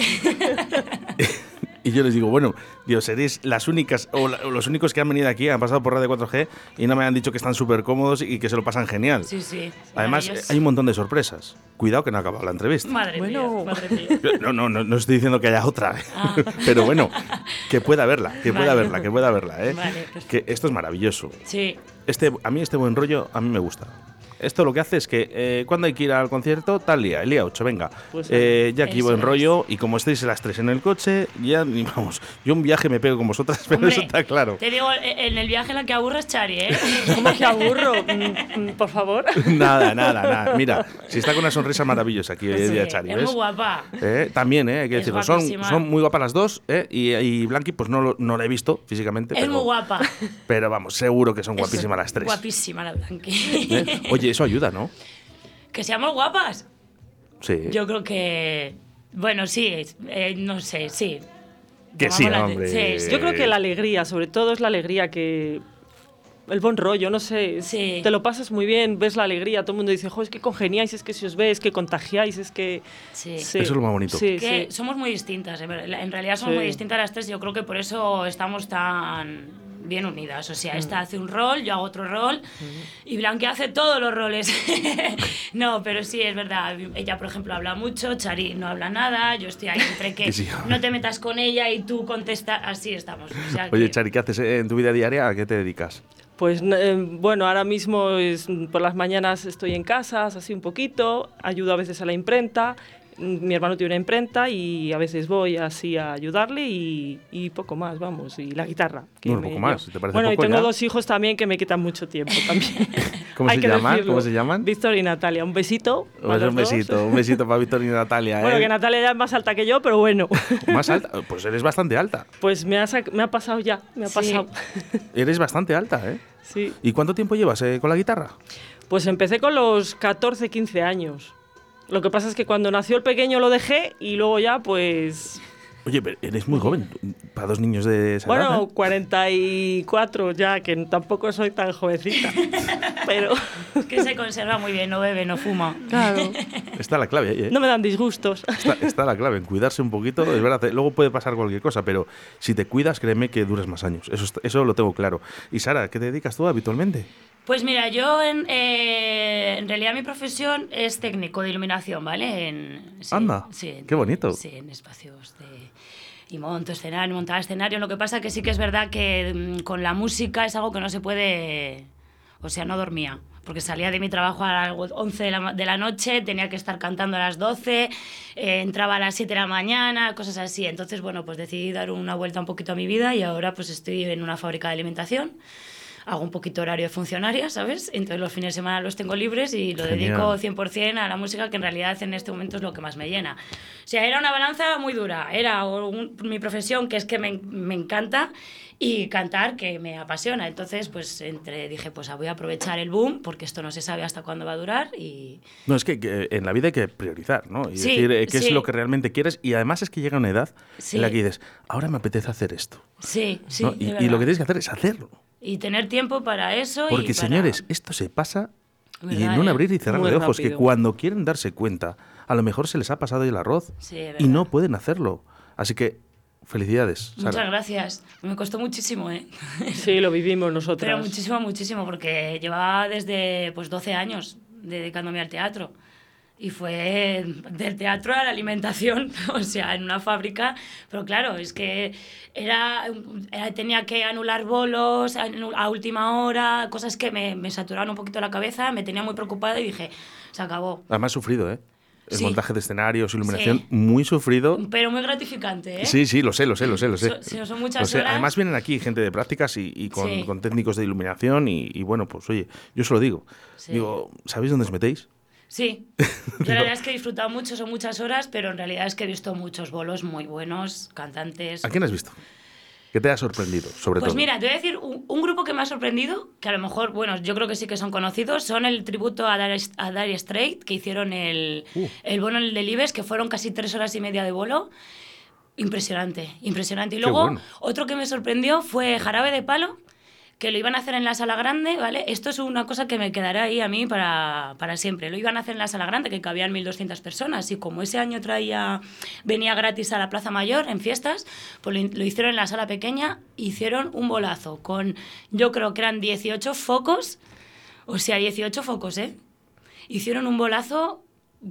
Speaker 2: y yo les digo, bueno, Dios, seréis las únicas o, la- o los únicos que han venido aquí, han pasado por Radio 4G y no me han dicho que están súper cómodos y que se lo pasan genial.
Speaker 4: Sí, sí.
Speaker 2: Además, eh,
Speaker 4: Maravilloso.
Speaker 2: hay un montón de sorpresas. Cuidado que no ha acabado la entrevista.
Speaker 4: Madre
Speaker 5: Bueno.
Speaker 4: mía, madre mía.
Speaker 2: No, no, no, no estoy diciendo que haya otra, pero bueno, que pueda verla, que pueda
Speaker 4: Ah. Vale.
Speaker 2: verla, que pueda verla,
Speaker 4: Vale,
Speaker 2: ¿eh?
Speaker 4: pues perfecto.
Speaker 2: que esto es maravilloso.
Speaker 4: Sí.
Speaker 2: Este, a mí este buen rollo, a mí me gusta. Esto lo que hace es que eh, cuando hay que ir al concierto, tal día, el día 8, venga.
Speaker 5: Pues,
Speaker 2: eh, ya aquí
Speaker 4: eso
Speaker 2: buen
Speaker 4: es.
Speaker 2: rollo y como estáis las tres en el coche, ya ni- vamos, yo un viaje me pego con vosotras, pero
Speaker 4: Hombre,
Speaker 2: eso está claro.
Speaker 4: Te digo, e- en el viaje la que aburre es Chari, ¿eh?
Speaker 5: ¿Cómo que aburro? Mm, mm, Por favor.
Speaker 2: Nada, nada, nada. Mira, si está con una sonrisa maravillosa aquí hoy en día,
Speaker 4: Sí,
Speaker 2: Chari,
Speaker 4: es
Speaker 2: Pues ¿ves?
Speaker 4: muy guapa.
Speaker 2: Eh, también, eh, hay que
Speaker 4: Es
Speaker 2: decirlo. Son,
Speaker 4: guapísima.
Speaker 2: son muy guapas las dos, eh, y, y Blanqui, pues no, lo- no la he visto físicamente.
Speaker 4: Es
Speaker 2: pero,
Speaker 4: muy guapa.
Speaker 2: Pero vamos, seguro que son
Speaker 4: Es
Speaker 2: guapísimas las tres.
Speaker 4: Guapísima la Blanqui.
Speaker 2: Eh, Oye, eso ayuda, ¿no?
Speaker 4: que seamos guapas.
Speaker 2: Sí.
Speaker 4: Yo creo que. Bueno, sí, es- eh, no sé, sí.
Speaker 2: Que
Speaker 4: Llamamos
Speaker 2: sí,
Speaker 4: la-
Speaker 2: hombre.
Speaker 4: Sí, sí.
Speaker 5: Yo creo que la alegría, sobre todo es la alegría que... El buen rollo, no sé,
Speaker 4: Sí.
Speaker 5: te lo pasas muy bien, ves la alegría, todo el mundo dice, jo, es que congeniáis, es que si os veis, es que contagiáis, es que...
Speaker 4: Sí.
Speaker 2: Eso es lo más bonito.
Speaker 5: Sí,
Speaker 4: que
Speaker 5: sí.
Speaker 4: somos muy distintas, en ver- en realidad somos
Speaker 5: Sí.
Speaker 4: muy distintas las tres, yo creo que por eso estamos tan bien unidas, o sea, esta hace un rol, yo hago otro rol y Blanqui hace todos los roles. no, pero sí, es verdad, ella por ejemplo habla mucho, Chari no habla nada, yo estoy ahí entre que
Speaker 2: Que sí, hombre.
Speaker 4: no te metas con ella y tú contestas, así estamos. o sea
Speaker 2: Oye,
Speaker 4: que-
Speaker 2: Chari, ¿qué haces eh, en tu vida diaria? ¿A qué te dedicas?
Speaker 5: Pues n- eh, bueno, ahora mismo es, mm, por las mañanas estoy en casas, así un poquito, ayudo a veces a la imprenta, mm, mi hermano tiene una imprenta y a veces voy así a ayudarle y, y poco más, vamos, y la guitarra.
Speaker 2: Bueno, poco más, ¿te parece
Speaker 5: bueno,
Speaker 2: poco
Speaker 5: y tengo
Speaker 2: ya?
Speaker 5: dos hijos también que me quitan mucho tiempo también.
Speaker 2: ¿Cómo
Speaker 5: Hay
Speaker 2: se
Speaker 5: que
Speaker 2: llaman?
Speaker 5: decirlo.
Speaker 2: ¿Cómo se llaman?
Speaker 5: Víctor y Natalia, un besito. a
Speaker 2: Pues
Speaker 5: los
Speaker 2: un
Speaker 5: dos.
Speaker 2: besito, un besito para Víctor y Natalia.
Speaker 5: Bueno,
Speaker 2: ¿eh?
Speaker 5: que Natalia ya es más alta que yo, pero bueno.
Speaker 2: Más alta, pues eres bastante alta.
Speaker 5: Pues me ha, sac- me ha pasado ya, me ha
Speaker 4: Sí.
Speaker 5: pasado.
Speaker 2: Eres bastante alta, ¿eh?
Speaker 5: sí.
Speaker 2: ¿Y cuánto tiempo llevas eh, con la guitarra?
Speaker 5: Pues empecé con los 14, 15 años. Lo que pasa es que cuando nació el pequeño lo dejé y luego ya pues...
Speaker 2: Oye, pero eres muy joven tú, para dos niños de esa edad,
Speaker 5: Bueno,
Speaker 2: ¿eh?
Speaker 5: 44 ya, que tampoco soy tan jovencita. pero...
Speaker 4: que se conserva muy bien, no bebe, no fuma.
Speaker 5: Claro.
Speaker 2: Está la clave ahí, ¿eh?
Speaker 5: No me dan disgustos.
Speaker 2: Está, está la clave, en cuidarse un poquito, es verdad, eh, luego puede pasar cualquier cosa, pero si te cuidas, créeme que duras más años, eso, está- eso lo tengo claro. Y Sara, ¿qué te dedicas tú habitualmente?
Speaker 4: Pues mira, yo en, eh, en realidad mi profesión es técnico de iluminación, ¿vale? En,
Speaker 2: Anda,
Speaker 4: en-
Speaker 2: qué bonito.
Speaker 4: Sí, en espacios de... Y monto escenario, montaba escenario. Lo que pasa que sí que es verdad que mm, con la música es algo que no se puede... O sea, no dormía. Porque salía de mi trabajo a las 11 de la, ma- de la noche, tenía que estar cantando a las 12, eh, entraba a las 7 de la mañana, cosas así. Entonces, bueno, pues decidí dar una vuelta un poquito a mi vida y ahora pues estoy en una fábrica de alimentación hago un poquito horario de funcionaria, ¿sabes? Entonces los fines de semana los tengo libres y lo
Speaker 2: Genial.
Speaker 4: dedico 100% a la música, que en realidad en este momento es lo que más me llena. O sea, era una balanza muy dura. Era o un- mi profesión, que es que me, en- me encanta, y cantar, que me apasiona. Entonces, pues entre dije, pues ah, voy a aprovechar el boom, porque esto no se sabe hasta cuándo va a durar. Y
Speaker 2: No, es que, que en la vida hay que priorizar, ¿no? Y
Speaker 4: Sí,
Speaker 2: decir eh, qué es
Speaker 4: sí.
Speaker 2: lo que realmente quieres. Y además es que llega una edad
Speaker 4: Sí.
Speaker 2: en la que dices, ahora me apetece hacer esto.
Speaker 4: sí, sí.
Speaker 2: ¿no?
Speaker 4: es
Speaker 2: Y, y
Speaker 4: verdad.
Speaker 2: lo que tienes que hacer es hacerlo.
Speaker 4: Y tener tiempo para eso. y
Speaker 2: Porque,
Speaker 4: para-
Speaker 2: señores, esto se pasa y
Speaker 4: ¿Verdad,
Speaker 2: en un
Speaker 4: eh?
Speaker 2: abrir y cerrar
Speaker 5: Muy
Speaker 2: de ojos, que
Speaker 5: rápido.
Speaker 2: cuando quieren darse cuenta, a lo mejor se les ha pasado el arroz
Speaker 4: Sí, es
Speaker 2: y no
Speaker 4: verdad.
Speaker 2: pueden hacerlo. Así que Felicidades. Sara.
Speaker 4: Muchas gracias. Me costó muchísimo, ¿eh?
Speaker 5: Sí, lo vivimos nosotros.
Speaker 4: Pero muchísimo, muchísimo, porque llevaba desde pues 12 años dedicándome al teatro. Y fue del teatro a la alimentación, o sea, en una fábrica. Pero claro, es que era, era- tenía que anular bolos a, a última hora, cosas que me, me saturaban un poquito la cabeza, me tenía muy preocupada y dije, se acabó.
Speaker 2: Además, sufrido, ¿eh? El
Speaker 4: Sí.
Speaker 2: montaje de escenarios, iluminación,
Speaker 4: Sí.
Speaker 2: muy sufrido.
Speaker 4: Pero muy gratificante, ¿eh?
Speaker 2: Sí, sí, lo sé, lo sé, lo sé, lo sé.
Speaker 4: Son- sí, son muchas
Speaker 2: Lo sé.
Speaker 4: horas.
Speaker 2: Además vienen aquí gente de prácticas y, y con,
Speaker 4: Sí.
Speaker 2: con técnicos de iluminación y, y bueno, pues oye, yo se lo digo.
Speaker 4: Sí.
Speaker 2: Digo, ¿sabéis dónde os metéis?
Speaker 4: Sí, yo la verdad es que he disfrutado mucho, son muchas horas, pero en realidad es que he visto muchos bolos muy buenos, cantantes.
Speaker 2: ¿A quién has visto? Que te ha sorprendido, sobre
Speaker 4: Pues
Speaker 2: todo.
Speaker 4: mira, te voy a decir un, un grupo que me ha sorprendido, que a lo mejor, bueno, yo creo que sí que son conocidos, son el tributo a Dire, a Dire Straits, que hicieron el,
Speaker 2: Uh.
Speaker 4: el bono en el Delibes, que fueron casi tres horas y media de bolo. Impresionante, impresionante. Y
Speaker 2: Qué
Speaker 4: luego,
Speaker 2: bueno.
Speaker 4: otro que me sorprendió fue Jarabe de Palo, que lo iban a hacer en la sala grande, ¿vale? Esto es una cosa que me quedará ahí a mí para, para siempre. Lo iban a hacer en la sala grande, que cabían 1.200 personas, y como ese año traía, venía gratis a la Plaza Mayor en fiestas, pues lo, lo hicieron en la sala pequeña, hicieron un bolazo con, yo creo que eran 18 focos, o sea, 18 focos, ¿eh? Hicieron un bolazo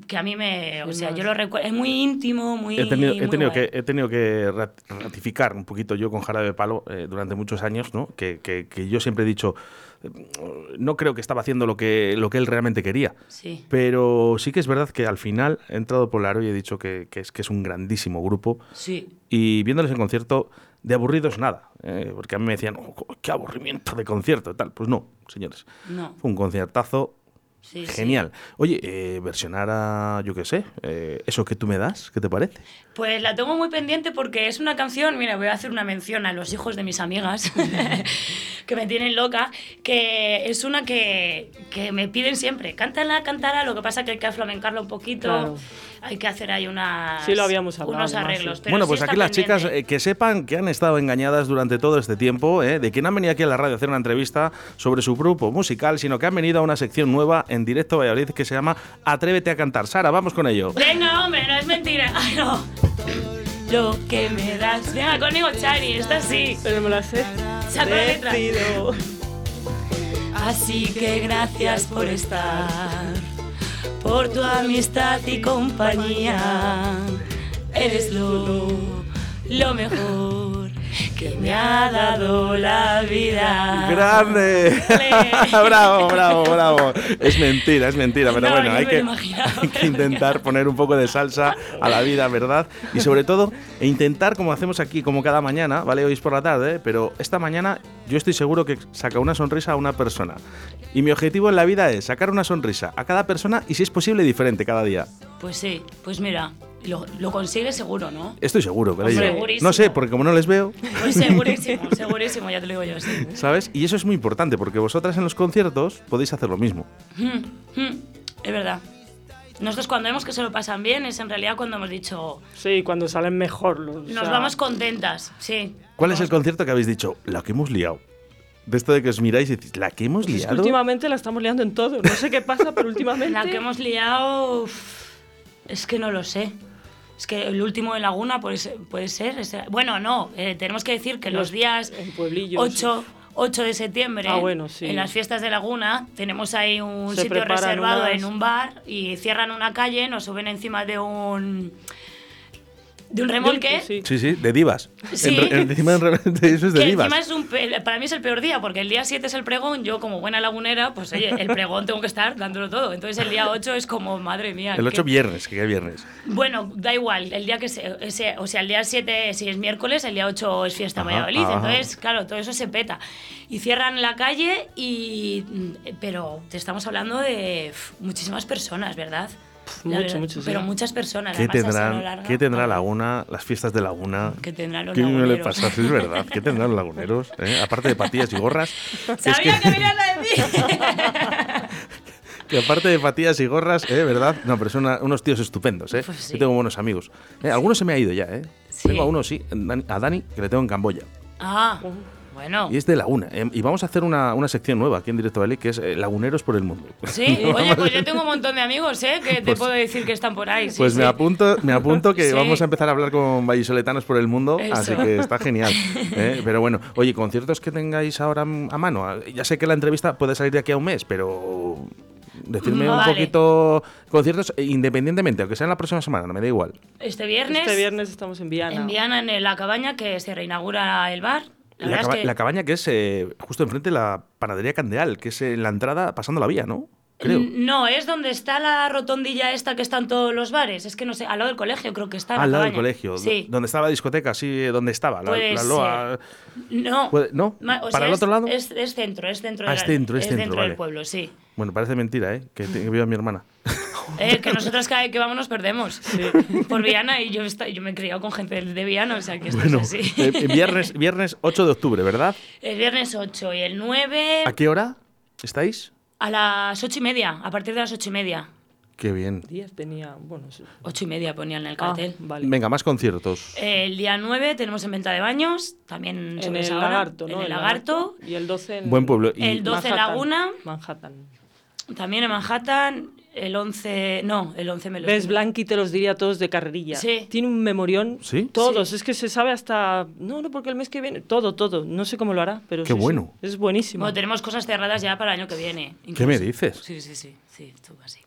Speaker 4: que a mí me, o sea, yo lo recuerdo, es muy íntimo, muy...
Speaker 2: He tenido, he,
Speaker 4: muy
Speaker 2: tenido
Speaker 4: guay.
Speaker 2: que, he tenido que rat- ratificar un poquito yo con Jarabe de Palo eh, durante muchos años, ¿no? Que, que- que yo siempre he dicho, eh, no creo que estaba haciendo lo que, lo que él realmente quería.
Speaker 4: Sí.
Speaker 2: Pero sí que es verdad que al final he entrado por Aro y he dicho que, que es, que es un grandísimo grupo.
Speaker 4: Sí,
Speaker 2: Y viéndoles en concierto, de aburridos nada. eh, porque a mí me decían, "Oh, co- qué aburrimiento de concierto, tal. Pues no, señores.
Speaker 4: no.
Speaker 2: Fue un conciertazo
Speaker 4: Sí, sí.
Speaker 2: genial. Oye, eh, versionar a, yo qué sé, eh, eso que tú me das, ¿qué te parece?
Speaker 4: Pues la tengo muy pendiente porque es una canción, mira, voy a hacer una mención a los hijos de mis amigas, que me tienen loca, que es una que, que me piden siempre, cántala, cántala, lo que pasa que hay que aflamencarla un poquito,
Speaker 5: Claro.
Speaker 4: hay que hacer ahí unas,
Speaker 5: Sí, lo habíamos hablado,
Speaker 4: unos
Speaker 5: además,
Speaker 4: arreglos.
Speaker 5: sí.
Speaker 4: pero
Speaker 2: bueno,
Speaker 4: sí
Speaker 2: pues
Speaker 4: está
Speaker 2: aquí las
Speaker 4: pendiente.
Speaker 2: chicas eh, que sepan que han estado engañadas durante todo este tiempo, eh, de que no han venido aquí a la radio a hacer una entrevista sobre su grupo musical, sino que han venido a una sección nueva en directo Valladolid que se llama Atrévete a cantar. Sara, vamos con ello.
Speaker 4: Venga, hombre, no es mentira. Ay, no. Lo que me das. Venga, conmigo, Chari, esta sí.
Speaker 5: Pero me las he
Speaker 4: Saco la letra.
Speaker 5: decidido.
Speaker 4: Así que gracias por estar, por tu amistad y compañía. Eres lo, lo mejor que me ha dado la vida.
Speaker 2: ¡Grande!
Speaker 4: Ole.
Speaker 2: bravo, bravo, bravo. Es mentira, es mentira, pero
Speaker 4: No,
Speaker 2: bueno,
Speaker 4: yo
Speaker 2: hay
Speaker 4: me
Speaker 2: que,
Speaker 4: lo imaginaba,
Speaker 2: hay que
Speaker 4: pero
Speaker 2: intentar poner un poco de salsa a la vida, ¿verdad? Y sobre todo, e intentar, como hacemos aquí, como cada mañana, ¿vale? Hoy es por la tarde, ¿eh? pero esta mañana yo estoy seguro que saca una sonrisa a una persona. Y mi objetivo en la vida es sacar una sonrisa a cada persona y, si es posible, diferente cada día.
Speaker 4: Pues sí, pues mira, lo, lo consigues seguro, ¿no?
Speaker 2: Estoy seguro, pero
Speaker 4: Hombre,
Speaker 2: yo-
Speaker 4: segurísimo.
Speaker 2: no sé, porque como no les veo,
Speaker 4: Pues segurísimo, segurísimo, ya te lo digo yo, sí.
Speaker 2: ¿sabes? Y eso es muy importante, porque vosotras en los conciertos podéis hacer lo mismo.
Speaker 4: Mm, mm, Es verdad. Nosotros cuando vemos que se lo pasan bien es en realidad cuando hemos dicho,
Speaker 5: Sí, cuando salen mejor los.
Speaker 4: nos vamos contentas, sí.
Speaker 2: ¿Cuál es el concierto que habéis dicho? La que hemos liado. De esto de que os miráis y decís, ¿la que hemos
Speaker 5: Es que
Speaker 2: liado?
Speaker 5: últimamente la estamos liando en todo. No sé qué pasa, pero últimamente.
Speaker 4: La que hemos liado. uf, es que no lo sé. Es que el último de Laguna puede ser. puede ser, ese- bueno, no. eh, tenemos que decir que los
Speaker 5: Los-
Speaker 4: días
Speaker 5: en pueblillos.
Speaker 4: 8, 8 de septiembre,
Speaker 5: Ah, bueno, sí.
Speaker 4: en las fiestas de Laguna, tenemos ahí un
Speaker 5: Se
Speaker 4: sitio
Speaker 5: preparan
Speaker 4: reservado
Speaker 5: unas-
Speaker 4: en un bar y cierran una calle, nos suben encima de un. de un remolque.
Speaker 5: Sí.
Speaker 2: Sí, sí, de divas.
Speaker 4: Sí.
Speaker 2: En re- encima en re- de eso es de
Speaker 4: Que
Speaker 2: divas.
Speaker 4: encima es un pe- para mí es el peor día, porque el día 7 es el pregón, yo como buena lagunera, pues oye, el pregón tengo que estar dándolo todo. Entonces el día 8 es como, madre mía.
Speaker 2: El 8
Speaker 4: qué-
Speaker 2: viernes, que qué viernes.
Speaker 4: Bueno, da igual, el día que se, ese- o sea, el día 7 si es miércoles, el día 8 es fiesta en
Speaker 2: Ajá,
Speaker 4: Valladolid,
Speaker 2: ajá.
Speaker 4: entonces, claro, todo eso se peta. Y cierran la calle y mm, pero te estamos hablando de pf, muchísimas personas, ¿verdad? La
Speaker 5: mucho,
Speaker 4: verdad,
Speaker 5: mucho, sí.
Speaker 4: Pero muchas personas.
Speaker 2: ¿Qué,
Speaker 4: además, así a lo
Speaker 2: tendrán,
Speaker 4: largo.
Speaker 2: ¿Qué tendrá Laguna, las fiestas de Laguna?
Speaker 4: Que tendrán los
Speaker 2: ¿Qué me le
Speaker 4: laguneros.
Speaker 2: pasa? Sí, es verdad. ¿Qué tendrán los laguneros? eh? Aparte de patillas y gorras. que es
Speaker 4: Sabía
Speaker 2: que-
Speaker 4: que venías a decir.
Speaker 2: Que aparte de patillas y gorras, ¿eh? ¿verdad? No, pero son una- unos tíos estupendos, ¿eh?
Speaker 4: Pues sí.
Speaker 2: Yo tengo buenos amigos. Eh, Algunos se me ha ido ya, ¿eh?
Speaker 4: Sí.
Speaker 2: Tengo a uno, sí, a Dani, que le tengo en Camboya.
Speaker 4: ah, Bueno.
Speaker 2: Y es de Laguna. Eh, y vamos a hacer una, una sección nueva aquí en Directo Valley que es eh, Laguneros por el Mundo.
Speaker 3: Sí, oye,
Speaker 2: Vamos-
Speaker 3: pues yo tengo un montón de amigos, ¿eh? Que te
Speaker 2: Pues-
Speaker 3: puedo decir que están por ahí. sí,
Speaker 2: Pues me
Speaker 3: sí.
Speaker 2: apunto, me apunto que
Speaker 3: Sí.
Speaker 2: vamos a empezar a hablar con vallisoletanos por el mundo,
Speaker 3: Eso.
Speaker 2: así que está genial. ¿eh? Pero bueno, oye, conciertos que tengáis ahora m- a mano. A- Ya sé que la entrevista puede salir de aquí a un mes, pero decirme un
Speaker 3: Vale.
Speaker 2: poquito conciertos eh, independientemente, aunque sea en la próxima semana, no me da igual.
Speaker 4: Este viernes,
Speaker 5: Este viernes estamos en Viana.
Speaker 4: en Viana, en eh, la cabaña, que se reinaugura el bar. La,
Speaker 2: La,
Speaker 4: verdad
Speaker 2: caba-
Speaker 4: es que
Speaker 2: la cabaña que es eh, justo enfrente de la panadería Candeal, que es en la entrada pasando la vía, ¿no? Creo.
Speaker 3: Mm,
Speaker 4: N- No, es donde está la rotondilla esta que están todos los bares. Es que no sé, al lado del colegio creo que está. la
Speaker 2: Ah, Al lado del
Speaker 4: cabaña.
Speaker 2: colegio,
Speaker 4: Sí.
Speaker 2: donde estaba la discoteca, sí, donde estaba, la,
Speaker 4: Puede
Speaker 2: la loa.
Speaker 4: No.
Speaker 2: Puede- ¿no?
Speaker 4: Ma- o
Speaker 2: ¿Para el
Speaker 4: es-
Speaker 2: otro lado?
Speaker 4: Es, es centro, es centro.
Speaker 2: Ah,
Speaker 4: de
Speaker 2: es
Speaker 4: la-
Speaker 2: centro, es centro, vale.
Speaker 4: del pueblo, sí.
Speaker 2: Bueno, parece mentira, ¿eh? Que, te- que viva mi hermana.
Speaker 4: Eh, que nosotras cada vez que vamos nos perdemos. Por Viana y yo, esta- yo me he criado con gente de Viana, o sea que esto
Speaker 2: Bueno,
Speaker 4: es así.
Speaker 2: eh, viernes, viernes 8 de octubre, ¿verdad?
Speaker 4: El viernes 8 y el 9
Speaker 2: ¿A qué hora estáis?
Speaker 4: a las 8 y media, a partir de las 8 y media.
Speaker 2: Qué bien.
Speaker 5: 10 tenía, bueno, sí.
Speaker 4: 8 y media ponían en el
Speaker 5: Ah,
Speaker 4: cartel.
Speaker 5: vale.
Speaker 2: Venga, más conciertos.
Speaker 4: El día 9 tenemos en venta de baños, también
Speaker 5: En
Speaker 4: sobre
Speaker 5: el
Speaker 4: esa hora,
Speaker 5: lagarto, ¿no?
Speaker 4: En el lagarto.
Speaker 5: Y el 12 en
Speaker 2: Buen pueblo. Y
Speaker 4: El 12
Speaker 5: Manhattan.
Speaker 4: Laguna,
Speaker 5: Manhattan.
Speaker 4: también en Manhattan. El 11, no, el 11 me lo
Speaker 5: ¿Ves? Blanqui te los diría todos de carrerilla.
Speaker 4: Sí.
Speaker 5: Tiene un memorión.
Speaker 2: ¿Sí?
Speaker 5: Todos. Es que se sabe hasta... No, no, porque el mes que viene... Todo, todo. No sé cómo lo hará, pero
Speaker 2: Qué
Speaker 5: sí, sí.
Speaker 2: bueno.
Speaker 5: Es buenísimo.
Speaker 4: Bueno, tenemos cosas cerradas ya para el año que viene.
Speaker 2: ¿Qué
Speaker 4: incluso.
Speaker 2: me dices?
Speaker 4: Sí, sí, sí, sí, tú así.